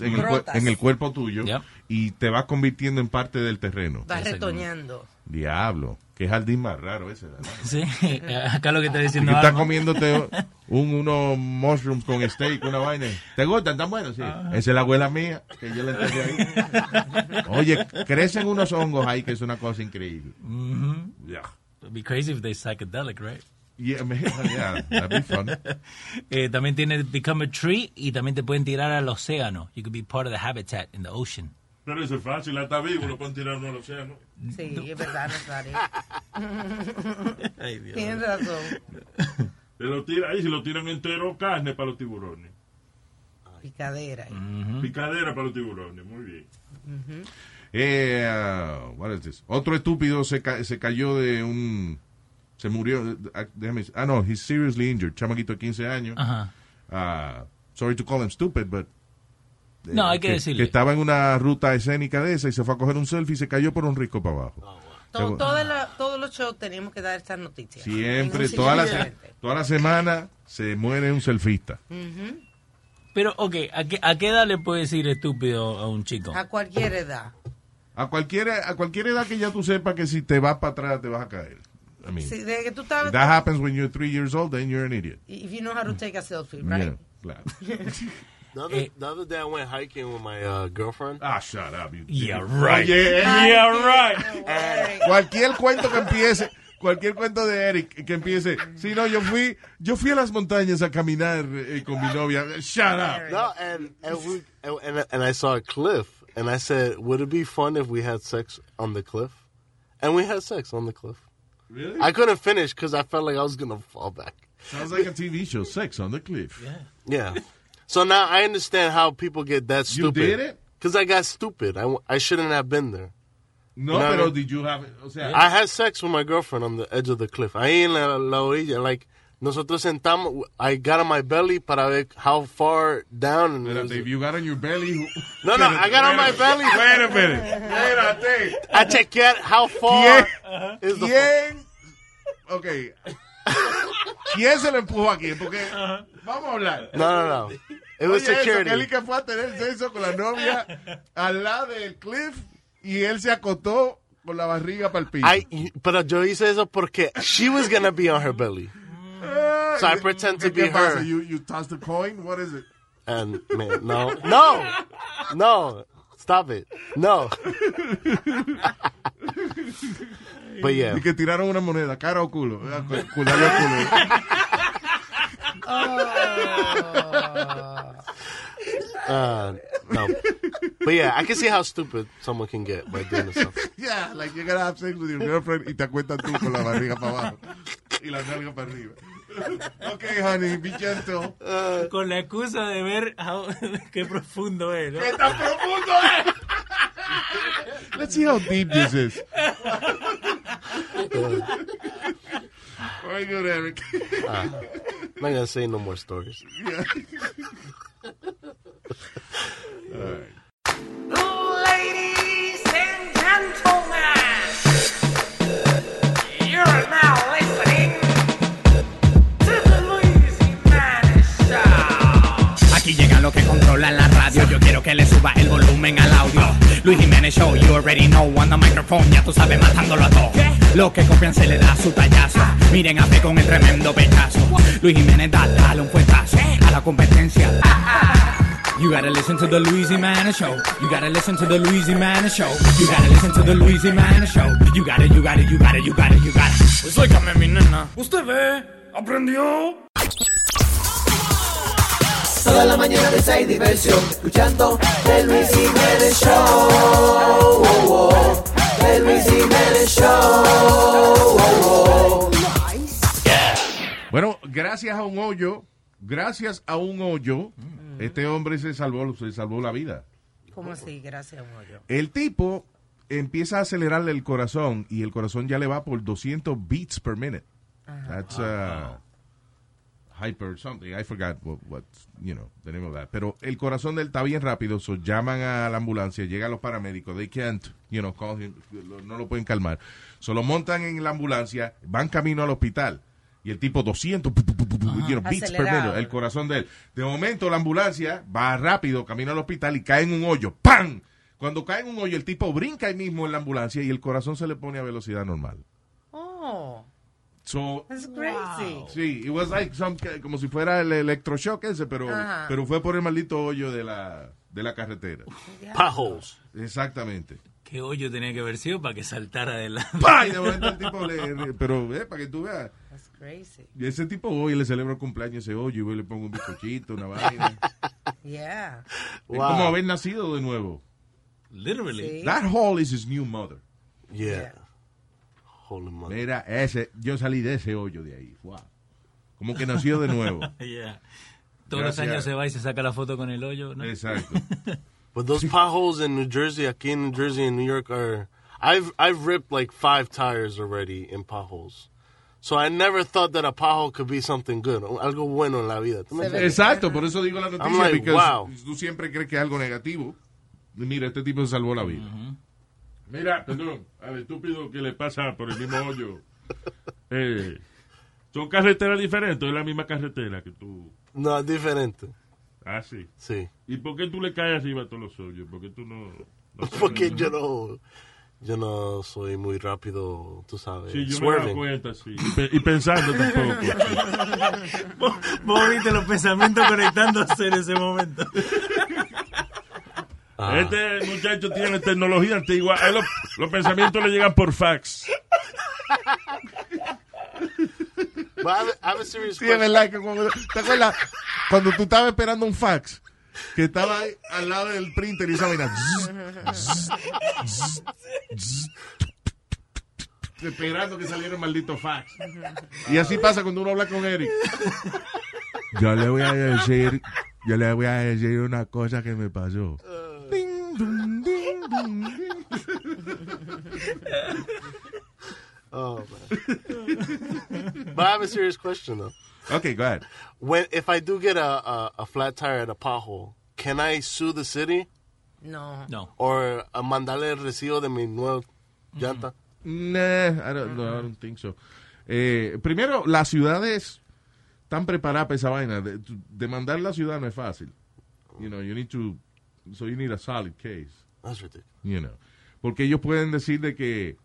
[SPEAKER 5] mushrooms en el, cuer-
[SPEAKER 7] Brotas.
[SPEAKER 5] en el cuerpo tuyo
[SPEAKER 6] Yeah.
[SPEAKER 5] y te vas convirtiendo en parte del terreno.
[SPEAKER 7] Vas retoñando.
[SPEAKER 5] Diablo, qué jardín más raro ese. ¿verdad?
[SPEAKER 6] Sí, acá lo que
[SPEAKER 7] Ah.
[SPEAKER 6] está
[SPEAKER 5] Y que
[SPEAKER 6] diciendo
[SPEAKER 5] estás
[SPEAKER 6] Alma.
[SPEAKER 5] comiéndote un, unos mushrooms con steak, una vaina. ¿Te gustan? ¿Están buenos? Sí.
[SPEAKER 6] Ah.
[SPEAKER 5] Esa es la abuela mía, que yo la enterré ahí. Oye, crecen unos hongos ahí, que es una cosa increíble.
[SPEAKER 6] Mhm.
[SPEAKER 5] Yeah.
[SPEAKER 6] It'd be crazy if they psychedelic, right?
[SPEAKER 5] Yeah, man, yeah, that'd be fun.
[SPEAKER 6] Eh, también tiene Become a Tree y también te pueden tirar al océano. You could be part of the habitat in the ocean.
[SPEAKER 10] Pero eso es fácil, hasta vivo lo pueden tirar uno al océano.
[SPEAKER 7] Sí, es verdad, Nazario.
[SPEAKER 10] Ay, Dios.
[SPEAKER 7] Tienes razón.
[SPEAKER 10] Se lo tira ahí, si lo tiran entero, carne para los tiburones.
[SPEAKER 7] Picadera. eh.
[SPEAKER 10] Picadera para los tiburones, muy bien.
[SPEAKER 7] Ujú.
[SPEAKER 5] Eh, ah, what is this? Otro estúpido se, ca- se cayó de un... Se murió... ah, déjame- ah, no, he's seriously injured. Chamaquito de 15 años.
[SPEAKER 6] Ajá.
[SPEAKER 5] Ah, sorry to call him stupid, but... eh,
[SPEAKER 6] No, hay que decirle.
[SPEAKER 5] estaba en una ruta escénica de esa y se fue a coger un selfie y se cayó por un risco para abajo.
[SPEAKER 7] To-
[SPEAKER 5] Luego-
[SPEAKER 7] toda la- todos los shows tenemos que dar estas noticias.
[SPEAKER 5] Ah. Siempre,
[SPEAKER 7] Ningún
[SPEAKER 5] toda la, se-
[SPEAKER 7] siguiente.
[SPEAKER 5] toda la semana se muere un selfista.
[SPEAKER 7] Ujú.
[SPEAKER 6] Pero, ok, ¿a qué, ¿a qué edad le puedes decir estúpido a un chico?
[SPEAKER 7] A cualquier edad.
[SPEAKER 5] A cualquier, a cualquier edad que ya tú sepas que si te vas para atrás te vas a caer. I mean,
[SPEAKER 7] Sí, desde que tú estabas-
[SPEAKER 5] that happens when you're three years old, then you're an idiot.
[SPEAKER 7] If you know how to take a selfie, right?
[SPEAKER 5] Yeah, claro.
[SPEAKER 9] The other, the other day I went hiking with my uh, girlfriend.
[SPEAKER 5] Ah, shut up. You Oh,
[SPEAKER 9] yeah,
[SPEAKER 5] right. Oye,
[SPEAKER 9] yeah, right.
[SPEAKER 5] Cualquier cuento que empiece, cualquier cuento de Eric que empiece, si no, yo fui, yo fui a las montañas a caminar eh, con mi novia. Shut up.
[SPEAKER 9] No, and and, we, and and and I saw a cliff, and I said, "Would it be fun if we had sex on the cliff?" And we had sex on the cliff.
[SPEAKER 10] Really?
[SPEAKER 9] I couldn't finish because I felt like I was gonna fall back.
[SPEAKER 5] Sounds like a TV show, Sex on the Cliff.
[SPEAKER 9] Yeah. So now I understand how people get that
[SPEAKER 5] You
[SPEAKER 9] stupid.
[SPEAKER 5] did it?
[SPEAKER 9] Because I got stupid. I, w- I shouldn't have been there.
[SPEAKER 5] No,
[SPEAKER 9] You know what I
[SPEAKER 5] pero
[SPEAKER 9] mean?
[SPEAKER 5] did you have, o sea,
[SPEAKER 9] I had sex with my girlfriend on the edge of the cliff. Ahí en la, la orilla, like, nosotros sentamos, I got on my belly para ver how far down. and it was-
[SPEAKER 5] if you got on your belly.
[SPEAKER 9] No, no, I got on my belly.
[SPEAKER 5] Wait a minute. Espérate.
[SPEAKER 9] I chequear how far is the
[SPEAKER 5] ¿Quién? Ok. ¿Quién se lo empujó a quién? Porque vamos a hablar.
[SPEAKER 9] No, no, no. It was
[SPEAKER 5] Oye, eso,
[SPEAKER 9] security.
[SPEAKER 5] que él y que fue a tener sexo con la novia al lado del cliff y él se acotó con la barriga para el piso.
[SPEAKER 9] I, pero yo hice eso porque she was gonna be on her belly. So I pretend to
[SPEAKER 5] ¿Qué
[SPEAKER 9] be
[SPEAKER 5] pasa?
[SPEAKER 9] her.
[SPEAKER 5] You, you toss the coin? What is it?
[SPEAKER 9] And man, no, no, no, stop it, no. But yeah.
[SPEAKER 5] Y que tiraron una moneda, cara o culo. Ah, cu- culo, culo. Ah.
[SPEAKER 9] Uh, no. But yeah, I can see how stupid someone can get by doing this stuff.
[SPEAKER 5] Yeah, like you're gonna have sex with your girlfriend y te acuestas tú con la barriga para abajo y la nalga para arriba. Ok, honey, be gentle.
[SPEAKER 6] Con la excusa de ver how- qué profundo es, ¿no?
[SPEAKER 5] Let's see how deep this is. Very good, Eric.
[SPEAKER 9] Uh, I'm not gonna say no more stories.
[SPEAKER 2] Ladies and gentlemen, you're now listening to the Luis Jimenez Show.
[SPEAKER 12] Aquí llegan los que controlan la radio. Yo quiero que le suba el volumen al audio. Luis Jiménez Show, you already know. On the microphone, ya tú sabes, matándolo a todos. Lo que copian se le da su tallazo. Miren a P con el tremendo pechazo. Luis Jiménez da, dale un fuetazo a la competencia. You gotta listen to the Luis Jiménez Show. You gotta listen to the Luis Jiménez Show. You gotta listen to the Luis Jiménez Show. You gotta, you gotta, you gotta, you gotta, you gotta. Pues óigame, mi nena. Usted ve, aprendió.
[SPEAKER 2] Toda la mañana de y diversión, escuchando el Luis Jiménez Show. Oh, oh, oh. El Luis Jiménez Show. Oh, oh, oh.
[SPEAKER 5] Bueno, gracias a un hoyo, gracias a un hoyo, este hombre se salvó, se salvó la vida.
[SPEAKER 7] ¿Cómo así? Gracias, Moyo.
[SPEAKER 5] El tipo empieza a acelerarle el corazón y el corazón ya le va por 200 beats per minute. That's uh, hyper something. I forgot what, what, you know, the name of that. Pero el corazón de él está bien rápido, so llaman a la ambulancia, llegan los paramédicos, they can't, you know, call him, no lo pueden calmar. Solo montan en la ambulancia, van camino al hospital. Y el tipo 200 pu, pu, pu, pu, you know, beats per
[SPEAKER 13] Acelerado.
[SPEAKER 5] minute, el corazón de él. De momento la ambulancia va rápido, camino al hospital y cae en un hoyo. ¡Pam! Cuando cae en un hoyo, el tipo brinca ahí mismo en la ambulancia y el corazón se le pone a velocidad normal.
[SPEAKER 7] Oh,
[SPEAKER 5] So,
[SPEAKER 7] that's crazy.
[SPEAKER 5] Sí, it was like some- como si fuera el electroshock ese, pero,
[SPEAKER 7] Ajá.
[SPEAKER 5] pero fue por el maldito hoyo de la, de la carretera.
[SPEAKER 9] Potholes.
[SPEAKER 5] Exactamente.
[SPEAKER 6] ¿Qué hoyo tenía que haber sido para que saltara adelante?
[SPEAKER 5] ¡Pah! Y de momento el tipo le- le- pero, eh, para que tú veas.
[SPEAKER 7] That's crazy.
[SPEAKER 5] Y ese tipo hoy le celebro el cumpleaños ese hoyo y voy y le pongo un bizcochito, una vaina.
[SPEAKER 7] Yeah.
[SPEAKER 5] Es como haber nacido de nuevo.
[SPEAKER 6] Literally.
[SPEAKER 7] Sí.
[SPEAKER 5] That hole is his new mother.
[SPEAKER 9] Yeah.
[SPEAKER 5] Mira, ese, yo salí de ese hoyo de ahí. Fua. Como que nació de nuevo.
[SPEAKER 6] Yeah. Todos
[SPEAKER 5] Gracias.
[SPEAKER 6] los años se va y se saca la foto con el hoyo, ¿no?
[SPEAKER 5] Exacto.
[SPEAKER 9] But those potholes in New Jersey, aquí in New Jersey and New York are. I've I've ripped like five tires already in potholes. So I never thought that a pothole could be something good. Algo bueno en la vida. ¿Tú me entiendes?
[SPEAKER 5] Exacto, por eso digo la noticia.
[SPEAKER 9] I'm like,
[SPEAKER 5] because
[SPEAKER 9] wow.
[SPEAKER 5] tú siempre crees que es algo negativo. Y Mira, este tipo se salvó la vida.
[SPEAKER 10] Mira, perdón, al estúpido que le pasa por el mismo hoyo. Eh, son carreteras diferentes, o es la misma carretera que tú.
[SPEAKER 9] No, diferente.
[SPEAKER 10] Ah, sí.
[SPEAKER 9] Sí.
[SPEAKER 10] ¿Y por qué tú le caes arriba a todos los hoyos? Porque tú no. no sabes
[SPEAKER 9] Porque
[SPEAKER 10] nada.
[SPEAKER 9] yo no, yo no soy muy rápido, tú sabes.
[SPEAKER 10] Sí, yo me he dado
[SPEAKER 9] swerving.
[SPEAKER 10] cuenta, sí. Y, pe- y pensando tampoco.
[SPEAKER 6] Vos viste los pensamientos conectándose en ese momento.
[SPEAKER 9] Ah.
[SPEAKER 10] Este muchacho tiene tecnología antigua. A él los, los pensamientos le llegan por fax.
[SPEAKER 9] But I have, I have a serious
[SPEAKER 5] Sí, es
[SPEAKER 9] question.
[SPEAKER 5] verdad que cuando, ¿te acuerdas? Cuando tú estabas esperando un fax, que estaba ahí al lado del printer y esa vaina.
[SPEAKER 10] esperando que saliera el maldito fax.
[SPEAKER 5] Y así pasa cuando uno habla con Eric. Yo le voy a decir, yo le voy a decir una cosa que me pasó.
[SPEAKER 9] Oh man. but I have a serious question though.
[SPEAKER 5] Okay, go ahead.
[SPEAKER 9] When if I do get a, a, a flat tire at a pothole, can I sue the city
[SPEAKER 7] No.
[SPEAKER 6] No.
[SPEAKER 9] or uh, mandarle el recibo de mi nueva llanta?
[SPEAKER 5] Mm-hmm. Nah, I don't, no, I don't think so. Eh, primero, las ciudades están preparadas para esa vaina. De- tu- Demandar la ciudad no es fácil. You know, you need to, so you need a solid case.
[SPEAKER 9] That's ridiculous.
[SPEAKER 5] You know. Porque ellos pueden decir de que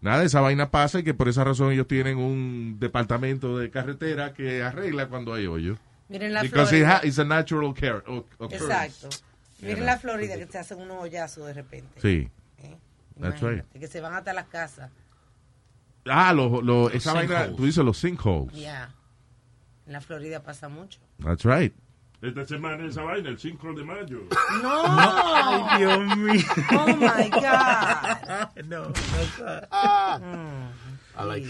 [SPEAKER 5] nada, esa vaina pasa y que por esa razón ellos tienen un departamento de carretera que arregla cuando hay hoyo.
[SPEAKER 7] Miren la
[SPEAKER 5] Because it
[SPEAKER 7] Florida.
[SPEAKER 5] ha- it's a natural care- o- occurrence.
[SPEAKER 7] Exacto.
[SPEAKER 5] You
[SPEAKER 7] Miren
[SPEAKER 5] know.
[SPEAKER 7] la Florida que se hacen unos hoyazos de repente.
[SPEAKER 5] Sí.
[SPEAKER 7] ¿eh?
[SPEAKER 5] That's
[SPEAKER 7] Imagínate,
[SPEAKER 5] right.
[SPEAKER 7] Que se van hasta las casas.
[SPEAKER 5] Ah, lo, lo- esa
[SPEAKER 10] sinkholes.
[SPEAKER 5] vaina, tú dices los sinkholes.
[SPEAKER 7] Ya. En la Florida pasa mucho.
[SPEAKER 5] That's right.
[SPEAKER 10] Esta semana esa vaina, el 5 de mayo.
[SPEAKER 7] No.
[SPEAKER 10] Ay,
[SPEAKER 6] Dios mío.
[SPEAKER 7] Oh my God. Mm.
[SPEAKER 6] no,
[SPEAKER 9] Ah. I like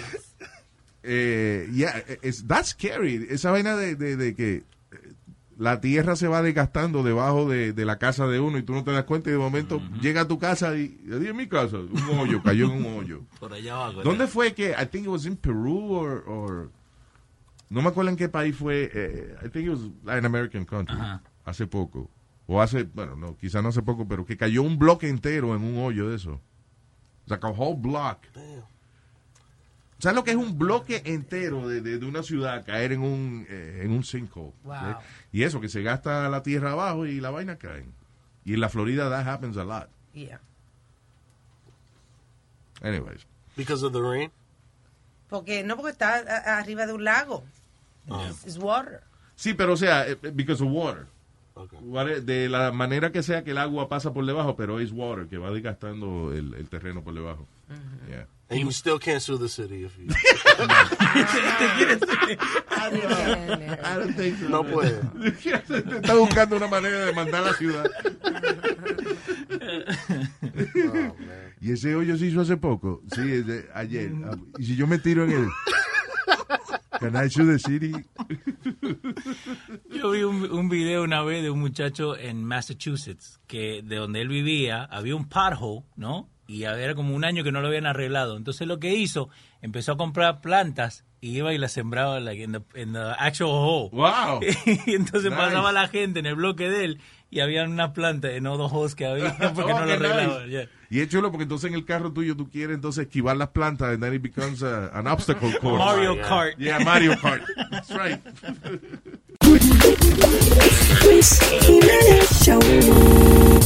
[SPEAKER 5] Eh, yeah, it's- that's scary. Esa vaina de, de- de que eh, la tierra se va desgastando debajo de, de la casa de uno y tú no te das cuenta y de momento llega a tu casa y, adiós mi casa, un hoyo, cayó en un hoyo.
[SPEAKER 6] Por allá abajo.
[SPEAKER 5] ¿Dónde fue que? I think it was in Peru or, or- no me acuerdo en qué país fue. eh, I think it was an American country. Hace poco. O hace, bueno, no, quizá no hace poco, pero que cayó un bloque entero en un hoyo de eso. Like a whole block. ¿Sabes lo que es un bloque entero de, de- de una ciudad caer en un, eh, en un sinkhole?
[SPEAKER 7] Wow.
[SPEAKER 5] ¿Eh? Y eso, que se gasta la tierra abajo y la vaina cae. Y en la Florida that happens a lot.
[SPEAKER 7] Yeah.
[SPEAKER 5] Anyways.
[SPEAKER 9] Because of the rain?
[SPEAKER 7] Porque no porque está a- a- arriba de un lago.
[SPEAKER 9] Oh.
[SPEAKER 7] It's, it's water.
[SPEAKER 5] Sí, pero o sea, eh, because of water.
[SPEAKER 9] Okay.
[SPEAKER 5] What- De la manera que sea que el agua pasa por debajo, pero es water, que va desgastando el, el terreno por debajo. Yeah.
[SPEAKER 9] And you still can't sue the city if you. No puede.
[SPEAKER 5] Está buscando una manera de mandar a la ciudad. Oh, y ese hoyo se hizo hace poco. Sí, es de- ayer. Ah, Y si yo me tiro en el. Can I sue the city?
[SPEAKER 6] Yo vi un, un video una vez de un muchacho en Massachusetts, que de donde él vivía había un parjo, ¿no? Y era como un año que no lo habían arreglado. Entonces lo que hizo, empezó a comprar plantas y iba y las sembraba like, en the, in the actual hole.
[SPEAKER 5] Wow.
[SPEAKER 6] y entonces
[SPEAKER 5] Nice.
[SPEAKER 6] pasaba la gente en el bloque de él y había una planta en otros holes que había porque
[SPEAKER 5] Oh,
[SPEAKER 6] no
[SPEAKER 5] qué
[SPEAKER 6] Ah, lo arreglaban.
[SPEAKER 5] nice.
[SPEAKER 6] yeah.
[SPEAKER 5] Y es chulo porque entonces en el carro tuyo tú quieres entonces esquivar las plantas and then it becomes a- an obstacle course.
[SPEAKER 6] Mario Oh, my God. Kart.
[SPEAKER 5] Yeah, Mario Kart. That's right.
[SPEAKER 2] Luis Jiménez Show.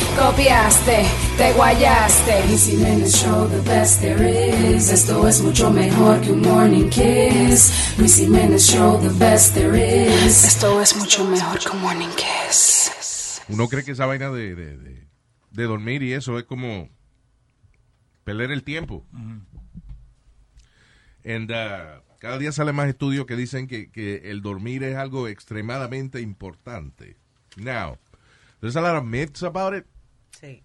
[SPEAKER 1] Copiaste, te guayaste. Luis Jiménez Show, the best there is. Esto es mucho mejor que un morning kiss. Luis Jiménez Show, the best there is. Esto es mucho mejor que un morning kiss.
[SPEAKER 5] Uno cree que esa vaina de, de, de- de dormir y eso es como perder el tiempo. And, uh, cada día sale más estudios que dicen que, que el dormir es algo extremadamente importante. Now, there's a lot of myths about it.
[SPEAKER 7] Sí.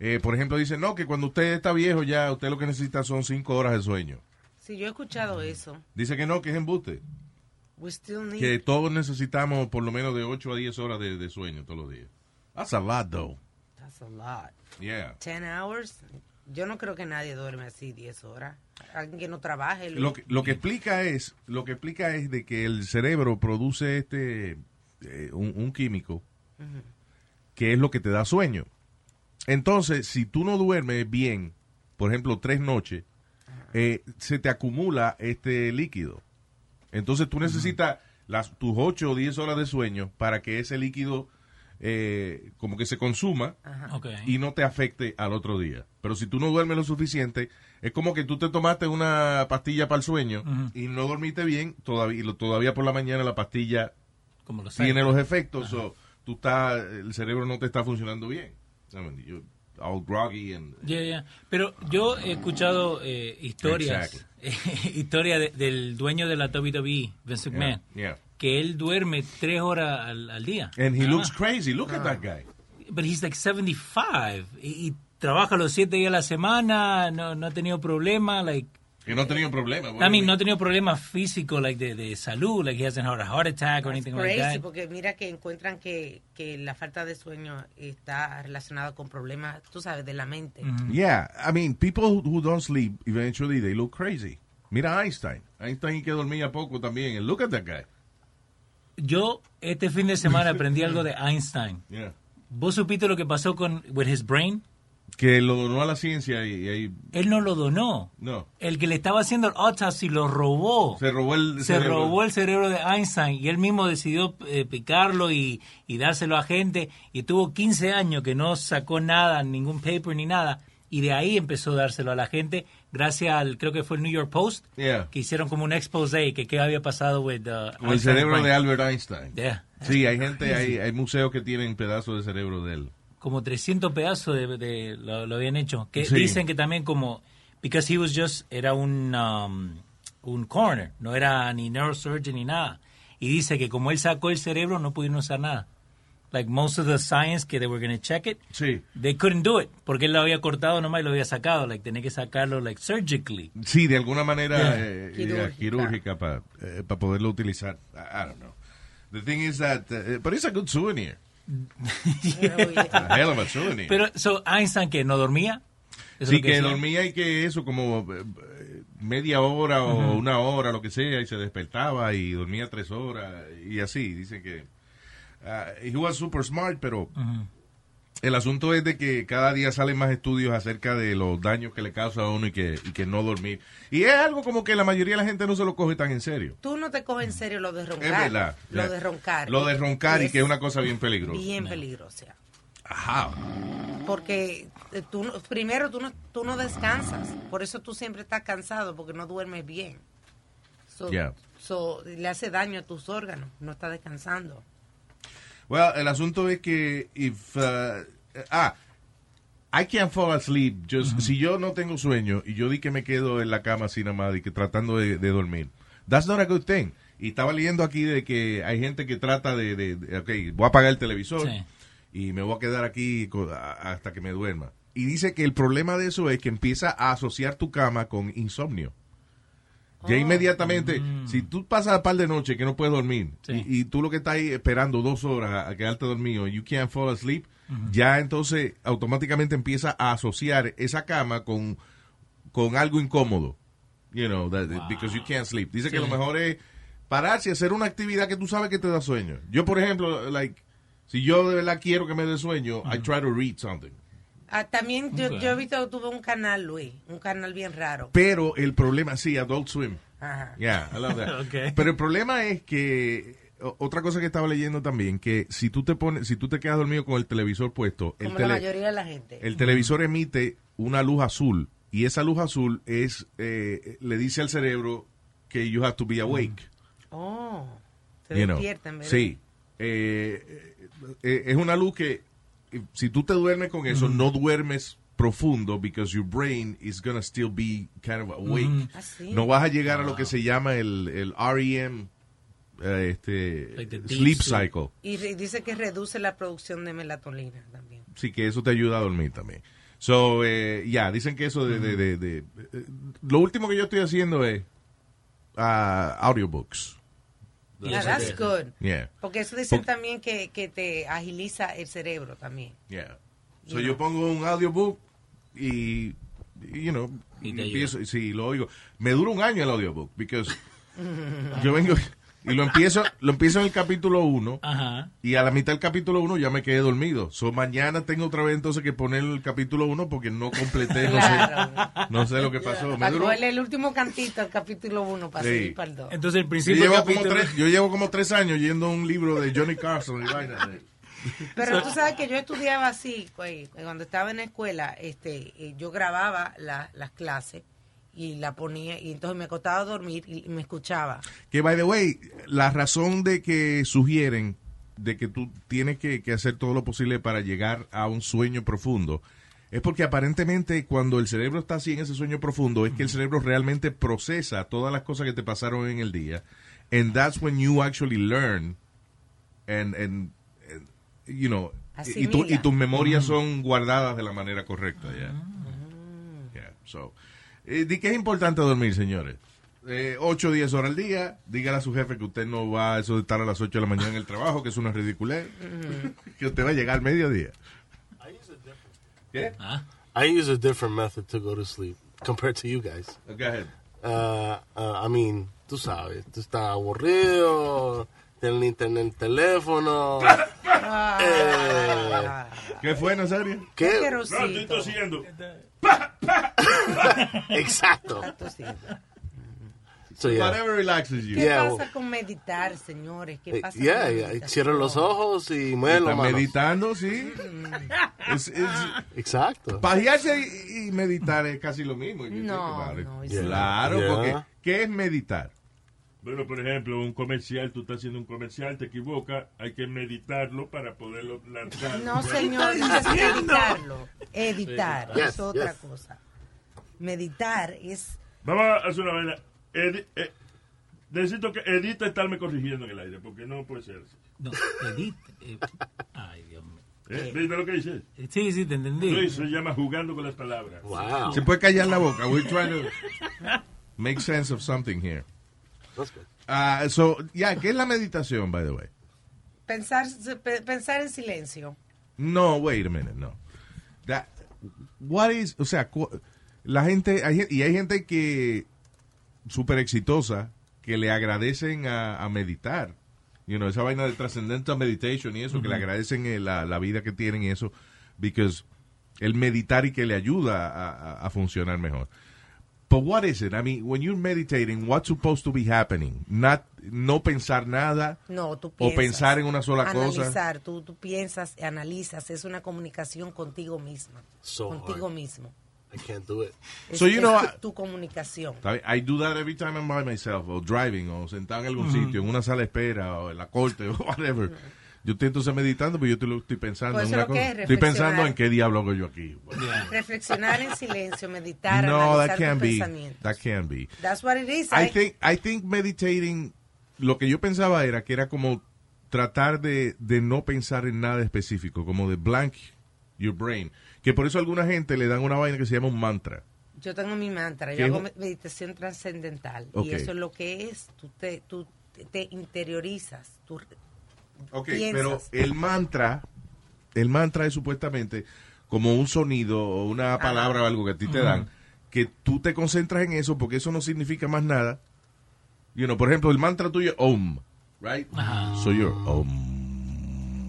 [SPEAKER 5] Eh, por ejemplo, dicen, no, que cuando usted está viejo ya, usted lo que necesita son cinco horas de sueño.
[SPEAKER 7] Sí, yo he escuchado
[SPEAKER 5] Mm.
[SPEAKER 7] eso.
[SPEAKER 5] Dice que no, que es embuste.
[SPEAKER 7] We still need.
[SPEAKER 5] Que todos necesitamos por lo menos de 8 a 10 horas de, de sueño todos los días. That's a lot, though.
[SPEAKER 7] That's a lot.
[SPEAKER 5] Yeah.
[SPEAKER 7] 10 hours. Yo no creo que nadie duerme así 10 horas. Alguien que no trabaje.
[SPEAKER 5] Lo que, lo que explica es, lo que explica es de que el cerebro produce este eh, un, un químico
[SPEAKER 7] Ujú.
[SPEAKER 5] que es lo que te da sueño. Entonces, si tú no duermes bien, por ejemplo, tres noches, eh, se te acumula este líquido. Entonces, tú necesitas las, tus 8 o 10 horas de sueño para que ese líquido eh, como que se consuma
[SPEAKER 6] Ajá. Ok.
[SPEAKER 5] y no te afecte al otro día. Pero si tú no duermes lo suficiente, es como que tú te tomaste una pastilla para el sueño
[SPEAKER 6] Ujú.
[SPEAKER 5] y no dormiste bien, todavía, y lo- todavía por la mañana la pastilla
[SPEAKER 6] Como lo
[SPEAKER 5] tiene
[SPEAKER 6] sabe.
[SPEAKER 5] los efectos, o tú estás, el cerebro no te está funcionando bien. I mean, you're all groggy and
[SPEAKER 6] Ya, ya. Pero yo he escuchado eh, historias, historia de- del dueño de la WWE, Vince McMahon,
[SPEAKER 5] yeah.
[SPEAKER 6] que él duerme tres horas al, al día.
[SPEAKER 5] And he
[SPEAKER 6] Nada
[SPEAKER 5] looks
[SPEAKER 6] más.
[SPEAKER 5] crazy. Look at that guy.
[SPEAKER 6] But he's like 75 y, y trabaja los siete días a la semana, no, no ha tenido problema, like
[SPEAKER 5] Que no ha tenido problema.
[SPEAKER 6] I mean, no ha tenido problemas físicos, like de, de salud, like he hasn't had a heart attack or anything like
[SPEAKER 7] Crazy,
[SPEAKER 6] that.
[SPEAKER 7] porque mira que encuentran que, que la falta de sueño está relacionada con problemas, tú sabes, de la mente.
[SPEAKER 5] Mm. Yeah, I mean, people who don't sleep, eventually they look crazy. Mira a Einstein. Einstein que dormía poco también. And look at that guy.
[SPEAKER 6] Yo este fin de semana aprendí algo de Einstein.
[SPEAKER 5] Yeah.
[SPEAKER 6] ¿Vos supiste lo que pasó con with his brain?
[SPEAKER 5] Que lo donó a la ciencia y, y ahí...
[SPEAKER 6] Él no lo donó.
[SPEAKER 5] No.
[SPEAKER 6] El que le estaba haciendo el autopsy lo robó.
[SPEAKER 5] Se robó el
[SPEAKER 6] Se
[SPEAKER 5] cerebro.
[SPEAKER 6] robó el cerebro de Einstein y él mismo decidió eh, picarlo y, y dárselo a gente. Y tuvo 15 años que no sacó nada, ningún paper ni nada. Y de ahí empezó a dárselo a la gente gracias al, creo que fue el New York Post,
[SPEAKER 5] Yeah.
[SPEAKER 6] que hicieron como un expose que qué había pasado with, uh,
[SPEAKER 5] Con el
[SPEAKER 6] Einstein's
[SPEAKER 5] cerebro
[SPEAKER 6] brain.
[SPEAKER 5] de Albert Einstein.
[SPEAKER 6] Yeah.
[SPEAKER 5] Sí, hay gente, hay, hay museos que tienen pedazos de cerebro de él.
[SPEAKER 6] como 300 pedazos de, de- lo, lo habían hecho. Que
[SPEAKER 5] Sí.
[SPEAKER 6] dicen que también como because he was just era un um, un coroner, no era ni neurosurgeon ni nada. Y dice que como él sacó el cerebro no pudieron usar nada. Like most of the science que they were going to check it,
[SPEAKER 5] Sí.
[SPEAKER 6] they couldn't do it porque él lo había cortado nomás y lo había sacado, like tenía que sacarlo like surgically.
[SPEAKER 5] Sí, de alguna manera
[SPEAKER 6] Yeah.
[SPEAKER 5] eh,
[SPEAKER 6] Quirúrgica.
[SPEAKER 5] quirúrgica, para poderlo utilizar. I, I don't know. The thing is that, eh, but it's a good souvenir. a hell of a souvenir.
[SPEAKER 6] Pero so Einstein que no dormía. Eso
[SPEAKER 5] sí,
[SPEAKER 6] es lo
[SPEAKER 5] que,
[SPEAKER 6] decía.
[SPEAKER 5] dormía y que eso, como eh, eh, media hora o
[SPEAKER 6] Ujú.
[SPEAKER 5] una hora, lo que sea, y se despertaba y dormía tres horas y así. Dicen que. ah, he was super smart, pero
[SPEAKER 6] Ujú.
[SPEAKER 5] el asunto es de que cada día salen más estudios acerca de los daños que le causa a uno y que, y que no dormir. Y es algo como que la mayoría de la gente no se lo coge tan en serio.
[SPEAKER 7] Tú no te coges en serio lo de roncar.
[SPEAKER 5] Es verdad.
[SPEAKER 7] Lo
[SPEAKER 5] Yeah.
[SPEAKER 7] de roncar.
[SPEAKER 5] Lo de roncar y
[SPEAKER 7] Es
[SPEAKER 5] que es una cosa bien peligrosa.
[SPEAKER 7] Bien peligrosa.
[SPEAKER 5] Ajá.
[SPEAKER 7] Porque eh, tú, no- primero tú no, tú no descansas. Por eso tú siempre estás cansado, porque no duermes bien. So,
[SPEAKER 5] Yeah.
[SPEAKER 7] so, le hace daño a tus órganos. No estás descansando.
[SPEAKER 5] Well, el asunto es que if uh, ah I can't fall asleep just si yo no tengo sueño y yo di que me quedo en la cama así nada más y que tratando de, de dormir. That's not a good thing. Y estaba leyendo aquí de que hay gente que trata de, de, de, ok, voy a apagar el televisor
[SPEAKER 6] Sí.
[SPEAKER 5] y me voy a quedar aquí co- a- hasta que me duerma. Y dice que el problema de eso es que empieza a asociar tu cama con insomnio.
[SPEAKER 13] Ah.
[SPEAKER 5] Ya inmediatamente,
[SPEAKER 13] Mm.
[SPEAKER 5] si tú pasas a par de noche que no puedes dormir y, y tú lo que estás ahí esperando dos horas a- a quedarte dormido, you can't fall asleep,
[SPEAKER 13] Ujú.
[SPEAKER 5] ya entonces automáticamente empieza a asociar esa cama con, con algo incómodo. You know, that- because you can't sleep. Dice que
[SPEAKER 13] Sí.
[SPEAKER 5] lo mejor es pararse y hacer una actividad que tú sabes que te da sueño. Yo, por ejemplo, like, si yo de verdad quiero que me dé sueño, I try to read something.
[SPEAKER 7] Ah, también yo,
[SPEAKER 5] Ok.
[SPEAKER 7] yo he visto, tuve un canal, Luis. Un canal bien raro.
[SPEAKER 5] Pero el problema, sí, Adult Swim.
[SPEAKER 7] Ajá.
[SPEAKER 5] Yeah, I love that.
[SPEAKER 6] Okay.
[SPEAKER 5] Pero el problema es que o- otra cosa que estaba leyendo también que si tú te pones si tú te quedas dormido con el televisor puesto, el
[SPEAKER 7] Como
[SPEAKER 5] tele-
[SPEAKER 7] la mayoría de la gente.
[SPEAKER 5] el televisor emite una luz azul y esa luz azul es eh, le dice al cerebro que you have to be awake.
[SPEAKER 7] Oh, se
[SPEAKER 5] you know.
[SPEAKER 7] despiertan, ¿verdad?
[SPEAKER 5] Sí. Eh, eh, eh, es una luz que eh, si tú te duermes con eso no duermes profundo because your brain is gonna still be kind of awake.
[SPEAKER 13] Ujú. Ah, sí.
[SPEAKER 5] No vas a llegar a lo que se llama el, el REM eh, este
[SPEAKER 6] Like the deep
[SPEAKER 5] sleep
[SPEAKER 6] sleep.
[SPEAKER 5] cycle.
[SPEAKER 7] Y re- dice que reduce la producción de melatonina también.
[SPEAKER 5] Sí, que eso te ayuda a dormir también. So, eh, ya, dicen que eso de, de- de- de- eh, Lo último que yo estoy haciendo es ah, audiobooks.
[SPEAKER 7] Yeah, that's good.
[SPEAKER 5] Yeah.
[SPEAKER 7] Porque eso dicen
[SPEAKER 5] Por-
[SPEAKER 7] también que, que te agiliza el cerebro también.
[SPEAKER 5] Yeah. So, yo pongo un audiobook y, you know,
[SPEAKER 13] te ayuda.
[SPEAKER 5] empiezo, sí, lo oigo. Me dura un año el audiobook, because yo vengo y lo empiezo, lo empiezo en el capítulo 1
[SPEAKER 6] Ajá.
[SPEAKER 5] y a la mitad del capítulo 1 ya me quedé dormido. So, mañana tengo otra vez entonces que poner el capítulo 1 porque no completé, no, sé, no sé lo que pasó. Me
[SPEAKER 7] Para
[SPEAKER 5] duró-
[SPEAKER 7] cogerle el último cantito al capítulo 1 para
[SPEAKER 5] Sí.
[SPEAKER 7] seguir para el 2.
[SPEAKER 6] Entonces el
[SPEAKER 5] yo
[SPEAKER 6] principio
[SPEAKER 5] llevo,
[SPEAKER 6] del
[SPEAKER 5] como
[SPEAKER 6] capítulo-
[SPEAKER 5] tres, yo llevo como tres años yendo a un libro de Johnny Carson y vaina de-
[SPEAKER 7] Pero tú sabes que yo estudiaba así, pues, cuando estaba en la escuela, este, eh, yo grababa la- las clases y la ponía, y entonces me acostaba a dormir y me escuchaba.
[SPEAKER 5] Que, by the way, la razón de que sugieren de que tú tienes que, que hacer todo lo posible para llegar a un sueño profundo es porque aparentemente cuando el cerebro está así en ese sueño profundo es que el cerebro realmente procesa todas las cosas que te pasaron en el día. And that's when you actually learn and, and, and, you know, y, tu- y
[SPEAKER 13] Asimila.
[SPEAKER 5] tus memorias son guardadas de la manera correcta. ya Yeah, so. Eh, di que es importante dormir, señores. Eh, 8 o 10 horas al día. Dígale a su jefe que usted no va a eso de estar a las 8 de la mañana en el trabajo, que es una ridiculez. que usted va a llegar al mediodía.
[SPEAKER 6] Ah.
[SPEAKER 9] I use a different method to go to sleep compared to you guys.
[SPEAKER 5] Go ahead.
[SPEAKER 9] Uh, uh, I mean, tú sabes, tú estás aburrido, tienes el internet en el teléfono. eh,
[SPEAKER 5] ¿Qué fue, Nazario?
[SPEAKER 9] ¿Qué?
[SPEAKER 10] No, estoy tosiendo.
[SPEAKER 9] Exacto. So, yeah.
[SPEAKER 5] Whatever relaxes
[SPEAKER 7] ¿Qué
[SPEAKER 9] you. Yeah,
[SPEAKER 7] pasa
[SPEAKER 9] well,
[SPEAKER 7] con meditar, señores? ¿Qué
[SPEAKER 9] eh,
[SPEAKER 7] pasa con
[SPEAKER 9] yeah,
[SPEAKER 7] meditar?
[SPEAKER 9] yeah, Cierra los ojos y mueve
[SPEAKER 5] Está
[SPEAKER 9] las manos.
[SPEAKER 5] meditando, sí. Es- es-
[SPEAKER 9] Exacto.
[SPEAKER 5] Pajearse y, y meditar es casi lo mismo. if you
[SPEAKER 7] No,
[SPEAKER 5] think about it.
[SPEAKER 7] no,
[SPEAKER 10] it's not.
[SPEAKER 5] Claro,
[SPEAKER 10] Yeah.
[SPEAKER 5] porque ¿qué es meditar?
[SPEAKER 10] Bueno, por ejemplo, un comercial, tú estás haciendo un comercial, te equivocas, hay que meditarlo para poderlo lanzar.
[SPEAKER 7] No, señor,
[SPEAKER 2] ¿Qué estás
[SPEAKER 7] es
[SPEAKER 2] diciendo?
[SPEAKER 7] editarlo. Editar,
[SPEAKER 10] Sí.
[SPEAKER 7] es
[SPEAKER 10] Yes,
[SPEAKER 7] otra
[SPEAKER 10] yes.
[SPEAKER 7] cosa. Meditar es...
[SPEAKER 10] Vamos a hacer una vaina. Edi- eh, necesito que Edita estarme corrigiendo en el aire, porque no puede ser así.
[SPEAKER 6] No, Edith. eh, ay, Dios mío.
[SPEAKER 10] ¿Eh? ¿Viste lo que dices?
[SPEAKER 6] Sí, sí, te entendí.
[SPEAKER 10] Sí, se llama jugando con las palabras.
[SPEAKER 5] Se puede callar la boca. We're trying to make sense of something here. Ah, so, yeah, ¿qué es la meditación, by the way?
[SPEAKER 7] Pensar, pe- pensar en silencio.
[SPEAKER 5] No, wait a minute, no. That, what is, o sea, cu- la gente, hay gen- y hay gente que, súper exitosa, que le agradecen a, a meditar. You know, esa vaina de transcendental meditation y eso, que le
[SPEAKER 13] Ujú.
[SPEAKER 5] agradecen eh, la, la vida que tienen y eso, because el meditar y que le ayuda a, a- a funcionar mejor. But what is it? I mean, when you're meditating, what's supposed to be happening? Not, no pensar nada.
[SPEAKER 7] No, tú
[SPEAKER 5] O
[SPEAKER 7] piensas.
[SPEAKER 5] pensar en una sola cosa.
[SPEAKER 7] Analizar, tú, tú piensas, analizas, es una comunicación contigo misma.
[SPEAKER 9] So
[SPEAKER 7] contigo mismo.
[SPEAKER 9] I can't do it.
[SPEAKER 7] Es,
[SPEAKER 5] So, you
[SPEAKER 7] es
[SPEAKER 5] know,
[SPEAKER 7] tu-
[SPEAKER 5] I-
[SPEAKER 7] tu comunicación.
[SPEAKER 5] Está bien. I do that every time I'm by myself, o driving, o sentado en algún
[SPEAKER 13] Ujú.
[SPEAKER 5] sitio, en una sala de espera, o en la corte, o whatever. Yo estoy entonces meditando, pero yo estoy, lo- estoy pensando
[SPEAKER 7] Pues
[SPEAKER 5] en
[SPEAKER 7] eso
[SPEAKER 5] una
[SPEAKER 7] es lo que
[SPEAKER 5] cosa.
[SPEAKER 7] es
[SPEAKER 5] Estoy pensando
[SPEAKER 7] reflexionar.
[SPEAKER 5] en qué diablo hago yo aquí.
[SPEAKER 7] Reflexionar en silencio, meditar,
[SPEAKER 5] no,
[SPEAKER 7] analizar
[SPEAKER 5] that
[SPEAKER 7] tus
[SPEAKER 5] can't be.
[SPEAKER 7] pensamientos.
[SPEAKER 5] That can't be.
[SPEAKER 7] That's what it is.
[SPEAKER 5] I
[SPEAKER 7] I-
[SPEAKER 5] think, I think meditating, lo que yo pensaba era que era como tratar de, de no pensar en nada específico, como de blank your brain. Que por eso a alguna gente le dan una vaina que se llama un mantra.
[SPEAKER 7] Yo tengo mi mantra,
[SPEAKER 5] ¿Qué?
[SPEAKER 7] yo hago me- meditación trascendental.
[SPEAKER 5] Ok.
[SPEAKER 7] Y eso es lo que es. Tú te, tú te- te interiorizas. Tú re-
[SPEAKER 5] Ok,
[SPEAKER 7] piensas.
[SPEAKER 5] pero el mantra, el mantra es supuestamente como un sonido o una palabra o algo que a ti te
[SPEAKER 13] Ujú.
[SPEAKER 5] dan, que tú te concentras en eso porque eso no significa más nada. You know, por ejemplo, el mantra tuyo es Om, right? Soy yo, Om.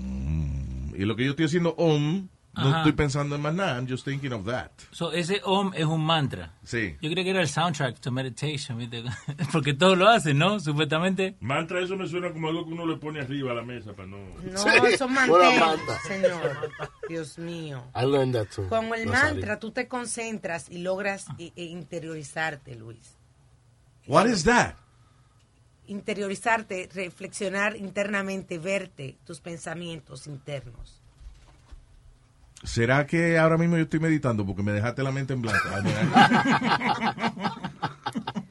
[SPEAKER 5] Y lo que yo estoy haciendo Om, no
[SPEAKER 6] Ajá.
[SPEAKER 5] estoy pensando en más nada, I'm just thinking of that.
[SPEAKER 6] So, ese OM es un mantra.
[SPEAKER 5] Sí.
[SPEAKER 6] Yo creo que era el soundtrack to meditation, ¿viste? porque todos lo hacen, ¿no? Supuestamente.
[SPEAKER 10] Mantra, eso me suena como algo que uno le pone arriba a la mesa para no.
[SPEAKER 7] No,
[SPEAKER 9] Sí,
[SPEAKER 7] son
[SPEAKER 9] una
[SPEAKER 7] manteros,
[SPEAKER 9] manta.
[SPEAKER 7] señor. Dios mío.
[SPEAKER 9] I learned that too.
[SPEAKER 7] Con el
[SPEAKER 9] Rosario.
[SPEAKER 7] mantra tú te concentras y logras i- e interiorizarte, Luis.
[SPEAKER 5] What is that?
[SPEAKER 7] Interiorizarte, reflexionar internamente, verte tus pensamientos internos.
[SPEAKER 5] ¿Será que ahora mismo yo estoy meditando porque me dejaste la mente en blanco?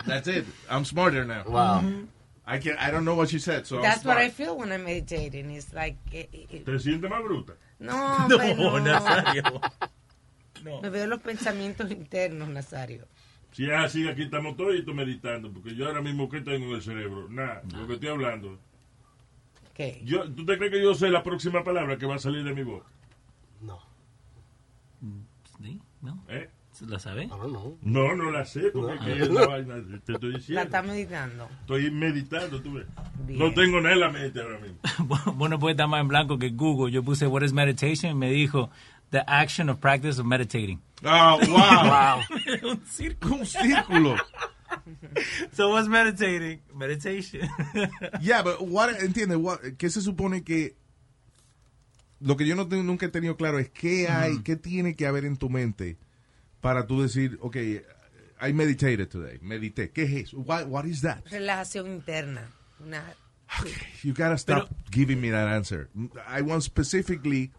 [SPEAKER 5] That's it. I'm smarter now.
[SPEAKER 9] Wow.
[SPEAKER 5] I can I don't know what she said, so I'm
[SPEAKER 7] That's what
[SPEAKER 5] smart.
[SPEAKER 7] I feel when I'm meditating. It's like eh, eh, eh,
[SPEAKER 10] ¿Te sientes más bruta?
[SPEAKER 7] no,
[SPEAKER 10] No,
[SPEAKER 7] hombre, no.
[SPEAKER 10] Nazario. No.
[SPEAKER 7] Me veo los pensamientos internos, Nazario.
[SPEAKER 10] Si es así, ah, aquí estamos toditos meditando, porque yo ahora mismo, ¿qué tengo en el cerebro? Nada, lo que estoy hablando.
[SPEAKER 7] ¿Qué?
[SPEAKER 10] Yo, ¿Tú te crees que yo sé la próxima palabra que va a salir de mi boca?
[SPEAKER 6] ¿Sí? ¿No?
[SPEAKER 10] ¿Eh?
[SPEAKER 6] ¿La sabes?
[SPEAKER 10] No, no la sé, porque
[SPEAKER 6] No.
[SPEAKER 10] aquí es una vaina, te estoy
[SPEAKER 7] La
[SPEAKER 10] diciendo.
[SPEAKER 7] está meditando.
[SPEAKER 10] Estoy meditando, tú ves.
[SPEAKER 7] Bien.
[SPEAKER 10] No tengo nada en la mente ahora mismo.
[SPEAKER 6] Vos no puedes estar más en blanco que Google. Yo puse What is meditation y me dijo The action of practice of meditating.
[SPEAKER 10] Ah,
[SPEAKER 5] Oh, wow.
[SPEAKER 6] Un círculo.
[SPEAKER 5] Un círculo.
[SPEAKER 6] So what's meditating? Meditation.
[SPEAKER 5] Yeah, but what, entiende, what, ¿qué se supone que lo que yo no te- nunca he tenido claro es qué hay, qué tiene que haber en tu mente para tú decir, ok, I meditated today, medité. ¿Qué es eso? Why- what is that?
[SPEAKER 7] Relajación interna. Una-
[SPEAKER 5] You gotta stop giving me that answer. I want specifically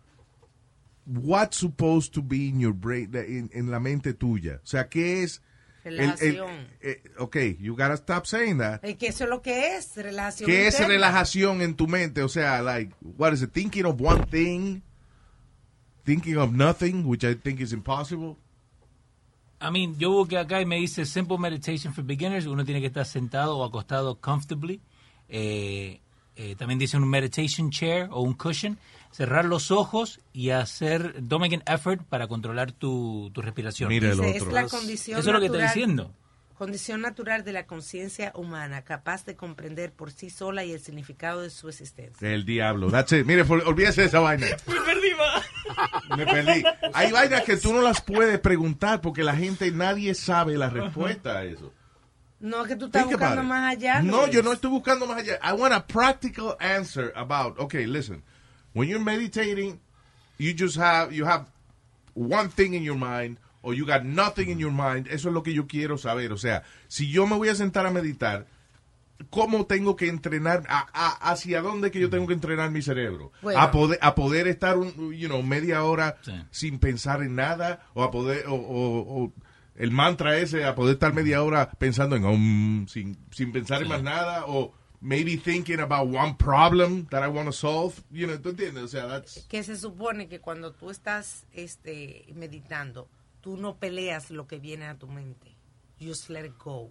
[SPEAKER 5] what's supposed to be in your brain, en, en la mente tuya. O sea, ¿qué es? el- el-
[SPEAKER 7] Relajación.
[SPEAKER 5] eh, ok, you gotta stop saying that.
[SPEAKER 7] Es Eh, que eso es lo que es, relajación
[SPEAKER 5] ¿Qué es
[SPEAKER 7] interna.
[SPEAKER 5] relajación en tu mente? O sea, like, what is it? Thinking of one thing, thinking of nothing, which I think is impossible.
[SPEAKER 6] I mean, yo busqué acá y me dice Simple Meditation for Beginners. Uno tiene que estar sentado o acostado comfortably. Eh, eh, también dice un meditation chair o un cushion. Cerrar los ojos y hacer, don't make an effort para controlar tu, tu respiración.
[SPEAKER 5] Mira el
[SPEAKER 7] Dice, es la condición
[SPEAKER 6] Eso es lo que estoy
[SPEAKER 7] natural-
[SPEAKER 6] diciendo.
[SPEAKER 7] Condición natural de la conciencia humana, capaz de comprender por sí sola y el significado de su existencia.
[SPEAKER 5] El diablo. That's it. Mire, for- olvídese de esa vaina.
[SPEAKER 7] Me perdí
[SPEAKER 5] Me perdí. Hay vainas que tú no las puedes preguntar porque la gente, nadie sabe la respuesta a eso.
[SPEAKER 7] No, es que tú estás
[SPEAKER 5] Think about
[SPEAKER 7] buscando
[SPEAKER 5] it.
[SPEAKER 7] más allá. pues.
[SPEAKER 5] No,
[SPEAKER 7] Luis.
[SPEAKER 5] yo no estoy buscando más allá. I want a practical answer about, okay, listen, when you're meditating, you just have, you have one thing in your mind or you got nothing in your mind. Eso es lo que yo quiero saber. O sea, si yo me voy a sentar a meditar, ¿cómo tengo que entrenar? A- a- ¿Hacia dónde que yo tengo que entrenar mi cerebro?
[SPEAKER 13] Bueno.
[SPEAKER 5] A, poder, a poder estar, un, you know, media hora sin pensar en nada o a poder... o- o- o el mantra ese a poder estar media hora pensando en um, sin, sin pensar en más nada o maybe thinking about one problem that I want to solve. You know, ¿tú entiendes? O sea, that's...
[SPEAKER 7] Que se supone que cuando tú estás este, meditando, tú no peleas lo que viene a tu mente. You just let it go.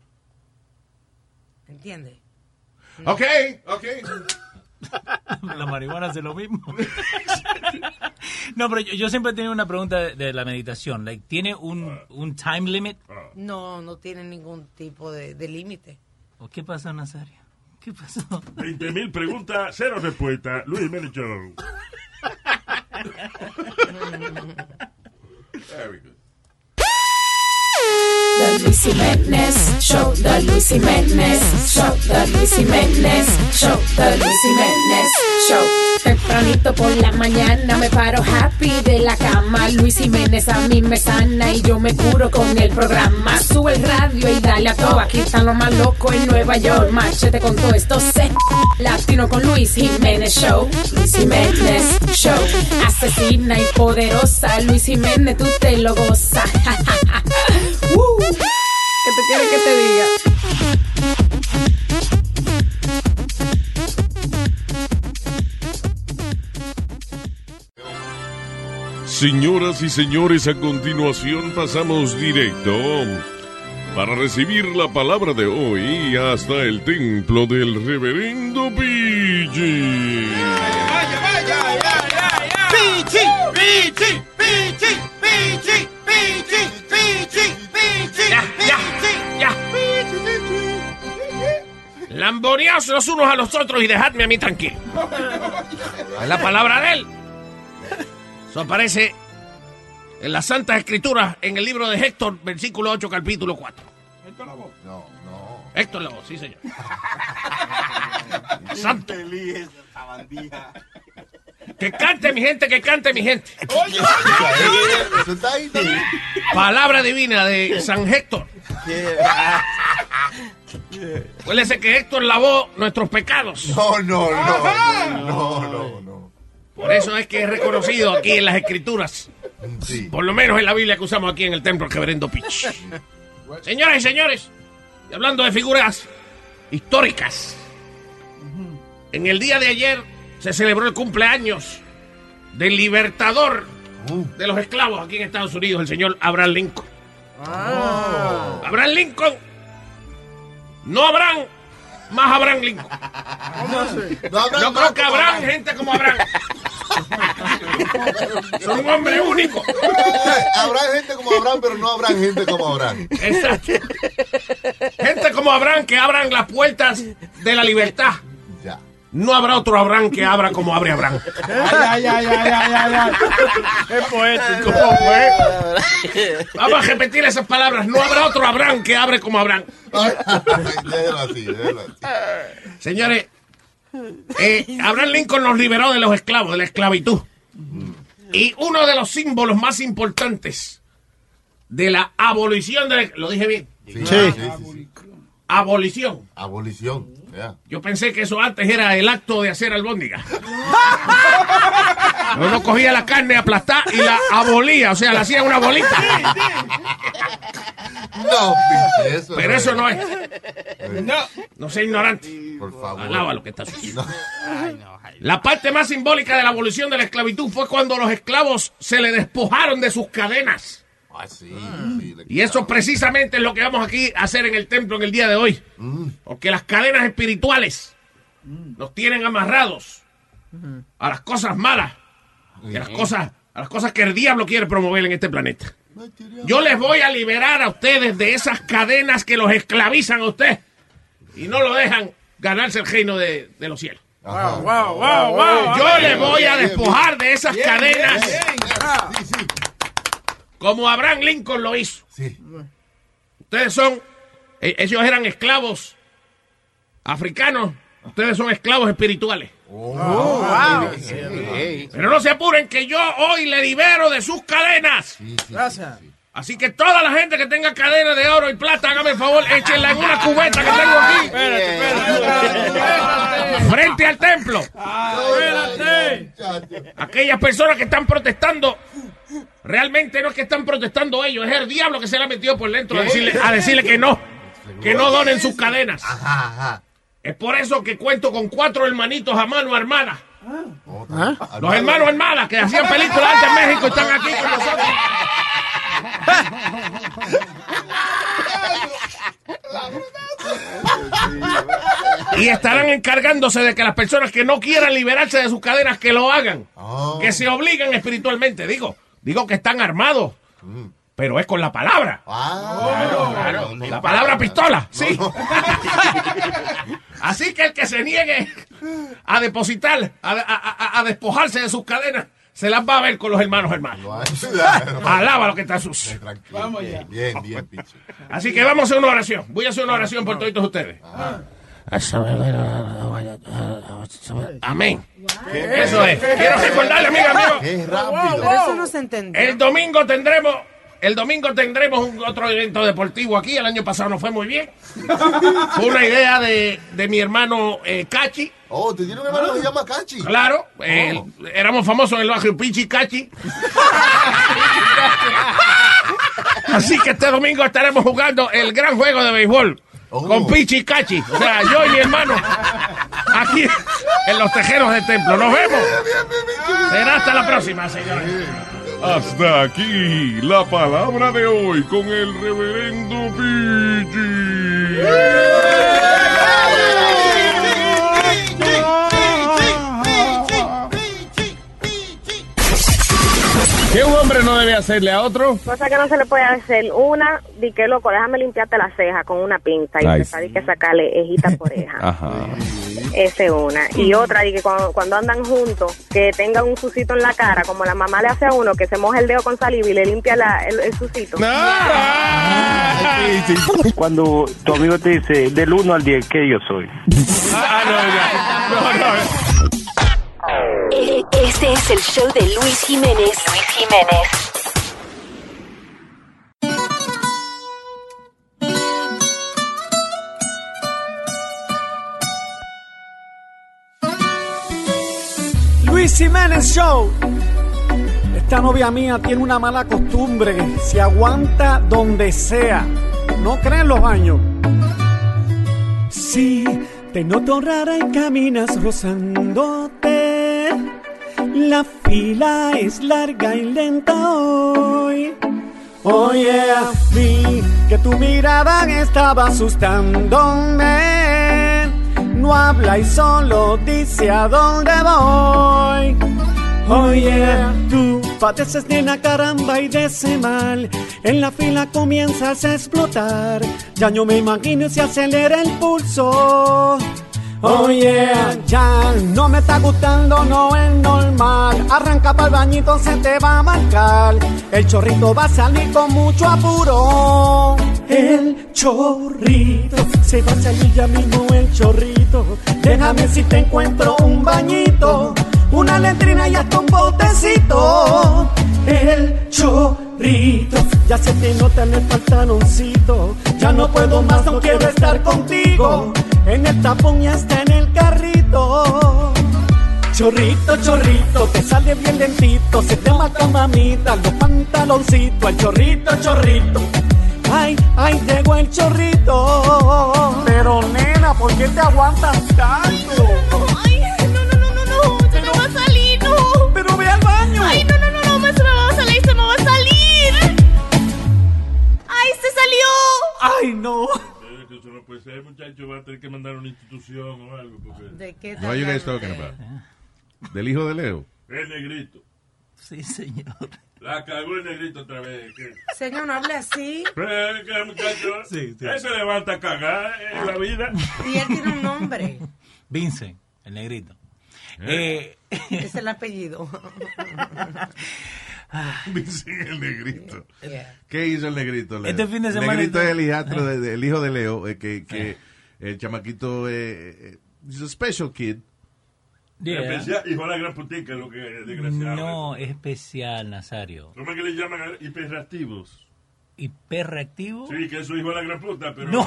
[SPEAKER 7] ¿Entiendes?
[SPEAKER 5] Ok, ok.
[SPEAKER 6] la marihuana hace lo mismo. no, pero yo, yo siempre he tenido una pregunta de, de la meditación. Like, ¿Tiene un, un time limit?
[SPEAKER 5] Ah.
[SPEAKER 7] No, no tiene ningún tipo de, de límite.
[SPEAKER 6] ¿O qué pasa, Nazario? ¿Qué pasó?
[SPEAKER 10] 20.000 preguntas, cero respuestas. Luis Jiménez Show.
[SPEAKER 2] The Luis Jiménez Show, The Luis Jiménez Show, The Luis Jiménez Show, The Luis Jiménez Show. Tempranito por la mañana me paro happy de la cama. Luis Jiménez a mí me sana y yo me curo con el programa. Sube el radio y dale a todo. Aquí están los más locos en Nueva York. Machete con todo esto. Se latino con Luis Jiménez Show. Luis Jiménez Show. Asesina y poderosa. Luis Jiménez, tú te lo gozas. Uh, ¿Qué te quieres que te diga?
[SPEAKER 14] Señoras y señores, a continuación pasamos directo para recibir la palabra de hoy hasta el templo del reverendo PG.
[SPEAKER 8] Pichi, pichi, pichi, pichi, pichi, pichi, pichi,
[SPEAKER 15] ya. Lamboneaos los unos a los otros y dejadme a mí tranquilo. Es la palabra de él. Eso aparece en las Santas Escrituras, en el libro de Héctor, versículo 8, capítulo 4.
[SPEAKER 16] No, no.
[SPEAKER 15] Héctor Lavoe, sí, señor. Santo. Que cante mi gente, que cante mi gente. Palabra divina de San Héctor. Acuérdese que Héctor lavó nuestros pecados.
[SPEAKER 16] No, no, no. No, no, no.
[SPEAKER 15] Por eso es que es reconocido aquí en las escrituras. Por lo menos en la Biblia que usamos aquí en el templo del reverendo Pich. Señoras y señores, y hablando de figuras históricas, en el día de ayer se celebró el cumpleaños del libertador
[SPEAKER 16] Uh.
[SPEAKER 15] de los esclavos aquí en Estados Unidos, el señor Abraham Lincoln. Abraham Lincoln. No habrán más Abraham Lincoln. Yo creo que habrán gente como Abraham. Son un hombre único.
[SPEAKER 16] Habrá gente como Abraham, pero no habrá gente como Abraham.
[SPEAKER 15] Exacto. Gente como Abraham que abran las puertas de la libertad. No habrá otro Abraham que abra como abre Abraham.
[SPEAKER 8] Ay, ay, ay, ay, ay, ay, ay. Es poético.
[SPEAKER 15] Vamos a repetir esas palabras. No habrá otro Abraham que abre como Abraham. Señores, eh, Abraham Lincoln nos liberó de los esclavos, de la esclavitud. Y uno de los símbolos más importantes de la abolición de... Lo dije bien. Abolición.
[SPEAKER 16] Abolición. ya.
[SPEAKER 15] Yo pensé que eso antes era el acto de hacer albóndiga. Uno cogía la carne aplastada y la abolía, o sea, la hacía una bolita.
[SPEAKER 16] No, pinche, eso
[SPEAKER 15] Pero eso eh, no es.
[SPEAKER 16] No.
[SPEAKER 15] No sea ignorante.
[SPEAKER 16] Por favor.
[SPEAKER 15] Alaba lo que está sucediendo. La parte más simbólica de la abolición de la esclavitud fue cuando los esclavos se le despojaron de sus cadenas.
[SPEAKER 16] Ah, sí, sí, le-
[SPEAKER 15] Y eso precisamente es lo que vamos aquí a hacer en el templo en el día de hoy.
[SPEAKER 16] Mm.
[SPEAKER 15] Porque las cadenas espirituales nos tienen amarrados a las cosas malas y a las cosas, a las cosas que el diablo quiere promover en este planeta. Yo les voy a liberar a ustedes de esas cadenas que los esclavizan a usted y no lo dejan ganarse el reino de, de los cielos.
[SPEAKER 16] Ajá.
[SPEAKER 15] Wow, wow. Yo les voy a
[SPEAKER 16] Bien, bien,
[SPEAKER 15] despojar de esas
[SPEAKER 16] bien,
[SPEAKER 15] cadenas.
[SPEAKER 16] bien,
[SPEAKER 15] Como Abraham Lincoln lo hizo. Ustedes son, e- ellos eran esclavos africanos. Ustedes son esclavos espirituales.
[SPEAKER 16] Oh,
[SPEAKER 15] Pero no se apuren que yo hoy le libero de sus cadenas. Gracias. Así que toda la gente que tenga cadenas de oro y plata, hágame el favor, échenla en una cubeta que tengo aquí. Frente al templo. Aquellas personas que están protestando, realmente no es que están protestando ellos, es el diablo que se le ha metido por dentro a
[SPEAKER 16] ¿Qué?
[SPEAKER 15] decirle, a decirle que no, que no donen sus cadenas. Es por eso que cuento con cuatro hermanitos a mano armada. ¿Ah? Los hermanos armadas que hacían películas antes en México están aquí con nosotros. Y estarán encargándose de que las personas que no quieran liberarse de sus cadenas, que lo hagan. Que se obligan espiritualmente. Digo, digo que están armados. Pero es con la palabra.
[SPEAKER 16] Ah,
[SPEAKER 15] Claro, claro. La palabra pistola, sí. Así que el que se niegue a depositar, a, a- a- a despojarse de sus cadenas, se las va a ver con los hermanos hermanos. Alaba lo que está sucio.
[SPEAKER 16] Vamos ya. Bien, bien, Ah, pinche.
[SPEAKER 15] Ah, Así que vamos a hacer una oración. Voy a hacer una oración por todos ustedes.
[SPEAKER 16] Ah,
[SPEAKER 15] Amén. Eso es. Quiero recordarle, amigo, amigo.
[SPEAKER 7] Pero eso no se entendió.
[SPEAKER 15] El domingo tendremos, el domingo tendremos un otro evento deportivo aquí. El año pasado no fue muy bien. Fue una idea de, de mi hermano eh, Cachi.
[SPEAKER 16] Oh, ¿te tiene un hermano que se llama Cachi? Oh.
[SPEAKER 15] Claro, eh, éramos famosos en el barrio Pichi Cachi. Así que este domingo estaremos jugando el gran juego de béisbol con Pichi Cachi. O sea, yo y mi hermano aquí en los tejeros del templo. Nos vemos. Será hasta la próxima, señores.
[SPEAKER 14] Hasta aquí la palabra de hoy con el reverendo Pidgey.
[SPEAKER 13] ¿Qué un hombre no debe hacerle a otro?
[SPEAKER 17] Cosa que no se le puede hacer. Una, di que loco, déjame limpiarte la ceja con una pinta y
[SPEAKER 13] Ay,
[SPEAKER 17] empezar di que sacarle hejita por oreja.
[SPEAKER 13] Ajá.
[SPEAKER 17] Esa es una. Y otra, di que cuando, cuando andan juntos, que tengan un sucito en la cara, como la mamá le hace a uno, que se moja el dedo con saliva y le limpia la- el, el sucito.
[SPEAKER 18] Cuando tu amigo te dice del 1 al 10, ¿qué yo soy?
[SPEAKER 19] E- Este es el show de Luis Jiménez. Luis Jiménez.
[SPEAKER 20] Luis Jiménez Show. Esta novia mía tiene una mala costumbre. Se aguanta donde sea. No creen los baños. Sí, te noto rara y caminas rozándote. La fila es larga y lenta hoy. Oye, a mí que tu mirada estaba asustándome. No habla y solo dice a dónde voy. Oye, tú padeces de una caramba y de ese mal. En la fila comienzas a explotar. Ya no me imagino si acelera el pulso. Oh yeah, ya no me está gustando, no es normal. Arranca para el bañito, se te va a marcar. El chorrito va a salir con mucho apuro. El chorrito se va a salir ya mismo el chorrito. Déjame si te encuentro un bañito.
[SPEAKER 21] una letrina y hasta un botecito. El chorrito.
[SPEAKER 20] Ya se te nota en el pantaloncito. Ya no puedo más, no quiero estar contigo. En el tapón y hasta en el carrito. Chorrito, chorrito, te sale bien lentito. Se te marca mamita, los pantaloncitos. El chorrito, chorrito. Ay, ay, llegó el chorrito. Pero nena, ¿por qué te aguantas tanto?
[SPEAKER 22] Ay, no, no, no, no, no, se me va a salir, no.
[SPEAKER 20] Pero ve al baño.
[SPEAKER 22] Ay, no, no, no, no, se me va a salir, se me va a salir. Ay, se salió.
[SPEAKER 20] Ay, no.
[SPEAKER 10] Eh, que Eso no puede ser, muchacho. Va a tener que mandar a una institución o algo. Porque...
[SPEAKER 7] ¿De qué
[SPEAKER 5] What are you guys talking about? Del hijo de Leo.
[SPEAKER 10] El negrito.
[SPEAKER 6] Sí, señor.
[SPEAKER 10] La cagó el negrito otra vez. que-
[SPEAKER 7] Señor, no hable así.
[SPEAKER 10] Pero es que, muchacho,
[SPEAKER 6] Sí, sí.
[SPEAKER 10] él se levanta a cagar en la vida.
[SPEAKER 7] Y él tiene un nombre.
[SPEAKER 6] Vincent, el negrito. Eh,
[SPEAKER 7] Ese es el apellido.
[SPEAKER 5] Vincent el negrito. ¿Qué hizo el negrito? Leo?
[SPEAKER 6] Este fin de semana
[SPEAKER 5] El negrito
[SPEAKER 6] hizo-
[SPEAKER 5] es el hijastro de- de- el hijo de Leo, eh, que, que el chamaquito eh, eh, es un special kid.
[SPEAKER 6] Yeah.
[SPEAKER 10] Especial- Hijo de la gran putica, lo que es desgraciado.
[SPEAKER 6] no, es especial, Nazario.
[SPEAKER 10] ¿Cómo es que le llaman hiperactivos?
[SPEAKER 6] ¿Hiperreactivo?
[SPEAKER 10] Sí, que es su hijo de la gran puta, pero.
[SPEAKER 6] No.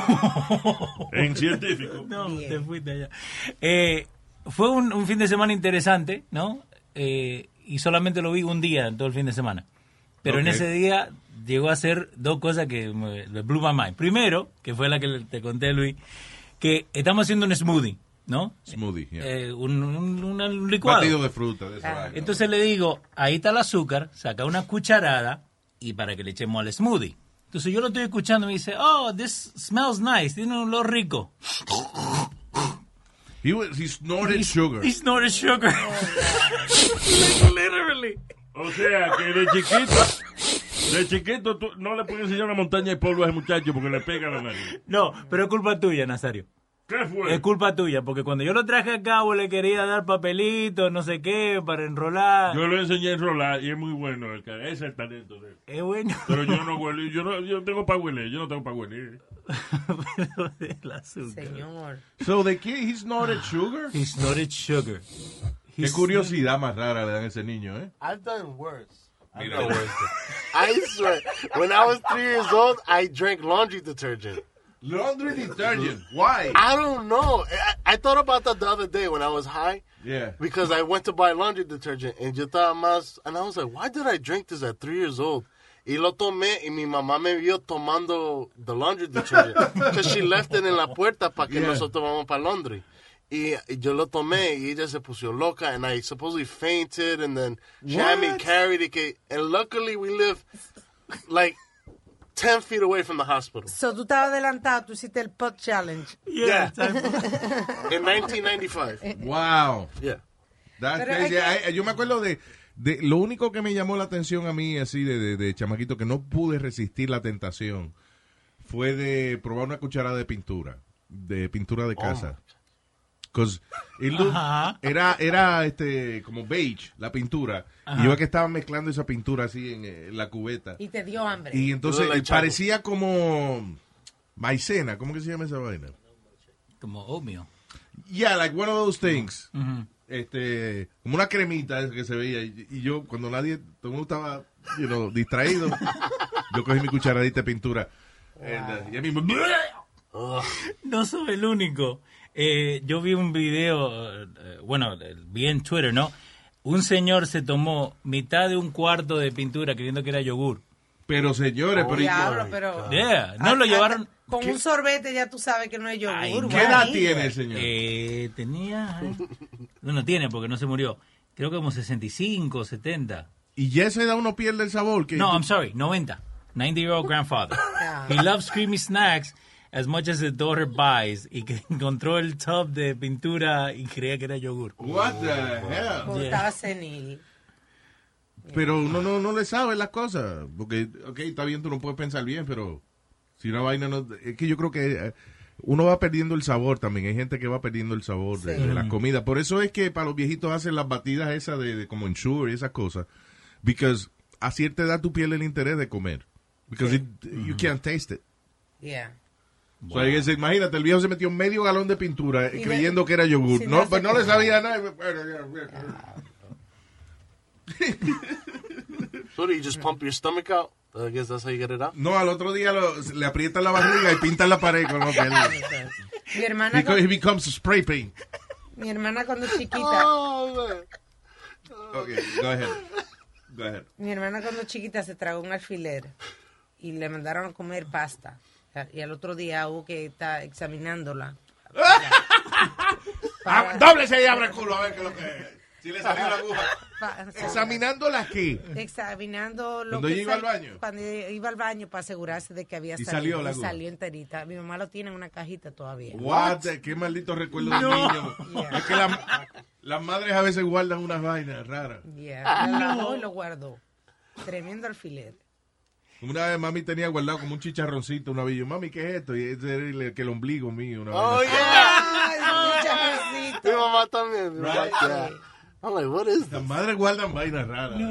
[SPEAKER 10] En científico.
[SPEAKER 6] No, te fuiste allá. Eh, fue un, un fin de semana interesante, ¿no? Eh, y solamente lo vi un día, todo el fin de semana. Pero en
[SPEAKER 23] Ok.
[SPEAKER 6] ese día llegó a hacer dos cosas que me, me blew my mind. Primero, que fue la que te conté, Luis, que estamos haciendo un smoothie, ¿no?
[SPEAKER 5] Smoothie, yeah.
[SPEAKER 6] Eh, un, un- un- un licuado.
[SPEAKER 5] Batido de fruta, de esa
[SPEAKER 6] Ah.
[SPEAKER 5] vaina.
[SPEAKER 6] Entonces le digo, ahí está el azúcar, saca una cucharada y para que le echemos al smoothie. Entonces yo lo estoy escuchando y me dice, oh, this smells nice, tiene un olor rico.
[SPEAKER 5] He, was- he snorted sugar.
[SPEAKER 6] He snorted sugar. Literally.
[SPEAKER 10] O sea, que de chiquito. De chiquito tú no le puedes enseñar una montaña de polvo a ese muchacho porque le pega la nariz.
[SPEAKER 6] No, pero es culpa tuya, Nazario.
[SPEAKER 10] ¿Qué fue?
[SPEAKER 6] Es culpa tuya, porque cuando yo lo traje a cabo le quería dar papelito, no sé qué, para enrolar.
[SPEAKER 10] Yo lo enseñé a enrolar y es muy bueno. El, cara- ese es el talento de él.
[SPEAKER 6] Es bueno.
[SPEAKER 10] Pero yo no huele, yo, no, yo tengo para huele, yo no tengo para huele.
[SPEAKER 6] El azúcar.
[SPEAKER 7] Señor.
[SPEAKER 5] So the kid, he snorted sugar.
[SPEAKER 6] He snorted sugar.
[SPEAKER 5] Qué curiosidad más rara le dan a ese niño, ¿eh?
[SPEAKER 9] I've done worse. I've
[SPEAKER 5] Mira.
[SPEAKER 9] done worse. I swear, when I was three years old, I drank laundry detergent.
[SPEAKER 5] Laundry detergent? Why?
[SPEAKER 9] I don't know. I, I thought about that the other day when I was high.
[SPEAKER 5] Yeah.
[SPEAKER 9] Because I went to buy laundry detergent and yo estaba más. And I was like, why did I drink this at three years old? Y lo tomé y mi mamá me vio tomando the laundry detergent. Because she left it en la puerta para que
[SPEAKER 24] Yeah.
[SPEAKER 9] nosotros vamos para laundry. Y y yo lo tomé y ella se puso loca and I supposedly fainted and then Jamie
[SPEAKER 24] What?
[SPEAKER 9] carried it. que- And luckily we live like 10 feet away from the hospital.
[SPEAKER 7] So, tú estabas adelantado, tú hiciste el pot challenge.
[SPEAKER 9] Yeah. In 1995.
[SPEAKER 5] Wow.
[SPEAKER 9] Yeah.
[SPEAKER 5] That's
[SPEAKER 9] Pero
[SPEAKER 5] crazy.
[SPEAKER 9] es que-
[SPEAKER 5] Ay, Yo me acuerdo de, de- lo único que me llamó la atención a mí así de, de, de chamaquito que no pude resistir la tentación fue de probar una cucharada de pintura, de pintura de casa. 'Cause it looked-
[SPEAKER 6] Ajá.
[SPEAKER 5] era era este como beige la pintura
[SPEAKER 7] Ajá.
[SPEAKER 5] y yo que estaba mezclando esa pintura así en, eh, la cubeta
[SPEAKER 7] Y te dio hambre.
[SPEAKER 5] y entonces eh, parecía como maicena, ¿cómo que se llama esa vaina?
[SPEAKER 6] Como obvio.
[SPEAKER 5] Yeah, like one of those things. Este, como una cremita esa que se veía. Y, y yo, cuando nadie, todo el mundo estaba you know, distraído, yo cogí mi cucharadita de pintura. And, uh, y a mí me-
[SPEAKER 6] No soy el único. Eh, yo vi un video, eh, bueno, eh, vi en Twitter, ¿no? Un señor se tomó mitad de un cuarto de pintura creyendo que era yogur.
[SPEAKER 5] Pero señores,
[SPEAKER 7] pero- Oh, Diablo, pero-
[SPEAKER 6] Yeah, no lo
[SPEAKER 7] Ah,
[SPEAKER 6] llevaron.
[SPEAKER 7] Con un sorbete ya tú sabes que no es yogur.
[SPEAKER 6] ¿Qué
[SPEAKER 7] guay.
[SPEAKER 5] el señor?
[SPEAKER 6] Eh, tenía. Bueno, tiene porque no se murió. Creo que como 65, 70.
[SPEAKER 5] Y ya se da uno pierde el sabor. Que
[SPEAKER 6] No, I'm sorry, 90. 90 year old grandfather. He loves creamy snacks as much as his daughter buys. Y que encontró el tub de pintura y creía que era yogur.
[SPEAKER 5] What the hell?
[SPEAKER 7] Porque
[SPEAKER 6] Yeah.
[SPEAKER 7] Estaba senil.
[SPEAKER 5] Pero uno no, no le sabe las cosas. Porque, ok, está bien, tú no puedes pensar bien, pero si una vaina no. Es que yo creo que eh, uno va perdiendo el sabor también. Hay gente que va perdiendo el sabor de,
[SPEAKER 14] Sí.
[SPEAKER 5] de la comida. Por eso es que para los viejitos hacen las batidas esas de, de como en sugar y esas cosas. Because a cierta edad tú pierdes el interés de comer. Because it- you can't taste it.
[SPEAKER 7] Yeah.
[SPEAKER 5] So, hay que decir, imagínate, el viejo se metió medio galón de pintura eh,
[SPEAKER 7] Y de-
[SPEAKER 5] creyendo que era yogur.
[SPEAKER 7] sin
[SPEAKER 5] No,
[SPEAKER 7] darse
[SPEAKER 5] pero no le
[SPEAKER 7] cuenta.
[SPEAKER 5] sabía nada.
[SPEAKER 9] So what do you just pump your stomach out? I guess that's how you get it out.
[SPEAKER 5] No, al otro día lo- le aprietan la barriga y pintan la pared con lo que él...
[SPEAKER 7] Mi hermana,
[SPEAKER 5] Because he
[SPEAKER 7] cuando,
[SPEAKER 5] becomes spray paint.
[SPEAKER 7] mi hermana cuando chiquita.
[SPEAKER 9] Oh.
[SPEAKER 5] Okay, go ahead. Go ahead.
[SPEAKER 7] Mi hermana cuando chiquita se tragó un alfiler y le mandaron a comer pasta. Y al otro día hubo que estar examinándola.
[SPEAKER 15] Ah, Dóblese y abra el culo.
[SPEAKER 5] a ver qué es lo que Si le salió la aguja. ¿Examinándola aquí?
[SPEAKER 7] Examinando lo
[SPEAKER 5] ¿Cuando
[SPEAKER 7] que
[SPEAKER 5] ella iba al
[SPEAKER 7] sal-
[SPEAKER 5] baño?
[SPEAKER 7] Cuando iba al baño para asegurarse de que había
[SPEAKER 5] ¿Y
[SPEAKER 7] salido.
[SPEAKER 5] salió la
[SPEAKER 7] y
[SPEAKER 5] aguja?
[SPEAKER 7] salió enterita. Mi mamá lo tiene en una cajita todavía.
[SPEAKER 5] What? the- Qué maldito recuerdo de
[SPEAKER 7] No.
[SPEAKER 5] niño. Es que la- las madres a veces guardan unas vainas raras.
[SPEAKER 7] Yeah. Lo lavó y lo guardó. Tremendo alfiler.
[SPEAKER 5] Una vez mami tenía guardado como un chicharroncito, una villa. Mami, ¿qué es esto? Y ese era el, que el ombligo mío. Una vaina
[SPEAKER 9] Oh,
[SPEAKER 5] así.
[SPEAKER 9] yeah. Mi mamá también. Mi mamá,
[SPEAKER 5] Right?
[SPEAKER 9] yeah. I'm like, what is
[SPEAKER 5] Las madres guardan vainas raras.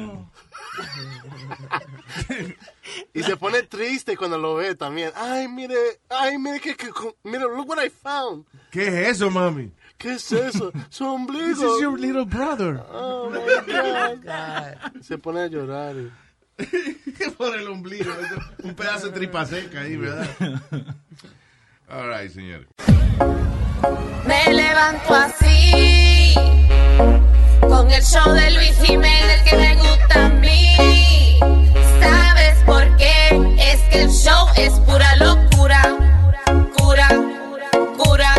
[SPEAKER 9] Y se pone triste cuando lo ve también. Ay, mire, ay, mire, que, que, mire, look what I found.
[SPEAKER 5] ¿Qué es eso, mami?
[SPEAKER 9] ¿Qué es eso? Su ombligo.
[SPEAKER 5] This is your little brother.
[SPEAKER 9] Oh, my God. Se pone a llorar. y-
[SPEAKER 5] Por el ombligo. Un pedazo de tripa seca ahí, ¿verdad? All right, señor.
[SPEAKER 2] Me levanto así con el show de Luis Jiménez que me gusta a mí. ¿Sabes por qué? Es que el show es pura locura. Cura, cura, cura,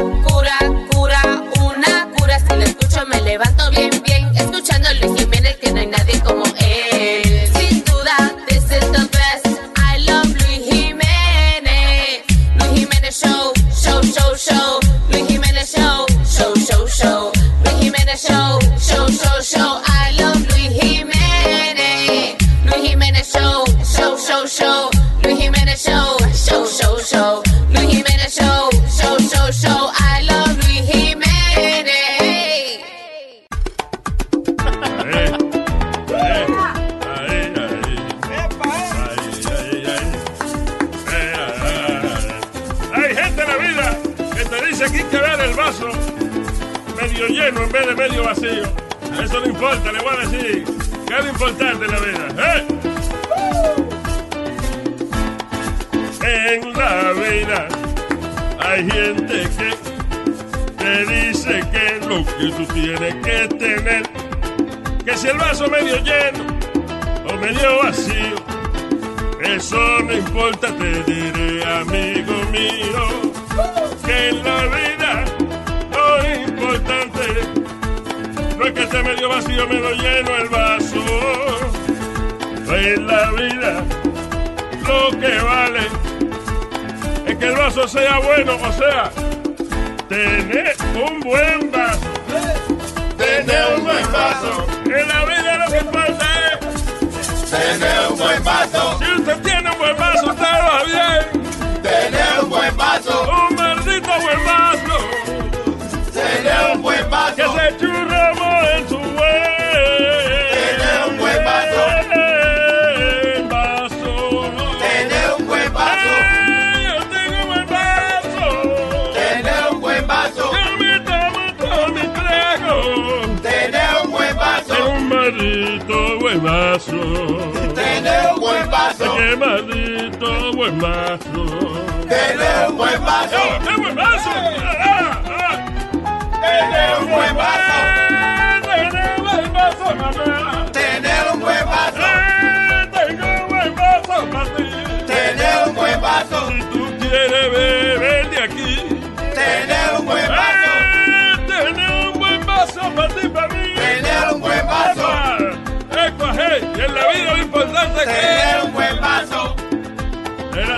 [SPEAKER 2] cura, una cura. Si lo escucho me levanto bien, bien. Escuchando a Luis Jiménez que no hay nadie como él. Sin duda, this is the best. I love Luis Jiménez. Luis Jiménez Show, show, show, show. Luis Jiménez Show, show, show, show. Luis Jiménez Show, show, show, show. I love Luis Jiménez. Luis Jiménez Show, show, show, show. Luis Jiménez Show, show, show, show. Luis Jiménez Show, show, show, show. I love Luis Jiménez.
[SPEAKER 25] Hay gente en la vida que te dice que hay que ver el vaso medio lleno en vez de medio vacío. Eso no importa, le voy a decir. ¿Qué es lo importante en la vida? ¿eh? En la vida hay gente que te dice que lo que tú tienes que tener, que si el vaso medio lleno o medio vacío, eso no importa, te diré, amigo mío, que en la vida lo importante no es que esté medio vacío, medio lleno el vaso. En la vida lo que vale es que el vaso sea bueno, o sea, tener un buen vaso. Tener un buen vaso. En la vida lo que importa es Tener un buen vaso. Si usted tiene un buen vaso, usted va bien. Tener un buen vaso. Un maldito buen vaso. Tener un buen vaso. Que se churramos en su buen. Tener un buen vaso. Tener un buen vaso. Yo tengo un buen vaso. Tener un buen vaso. Yo me tomo todo mi trago. Tener un buen vaso. Un maldito buen vaso. Tener un buen vaso. Qué maldito buen vaso. Tener un buen vaso. ¡Qué buen vaso! Tener un buen vaso. Tener un buen vaso, mamá. Tener un buen vaso. Tengo un buen vaso para ti. Tener un buen vaso. Si tú quieres beber de aquí. Tener un buen vaso. Tener un buen vaso para ti, para mí. Tener un buen vaso. Epa, hey, y en la vida lo importante es que... Tener un buen vaso.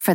[SPEAKER 4] for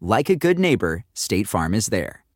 [SPEAKER 11] Like a good neighbor, State Farm is there.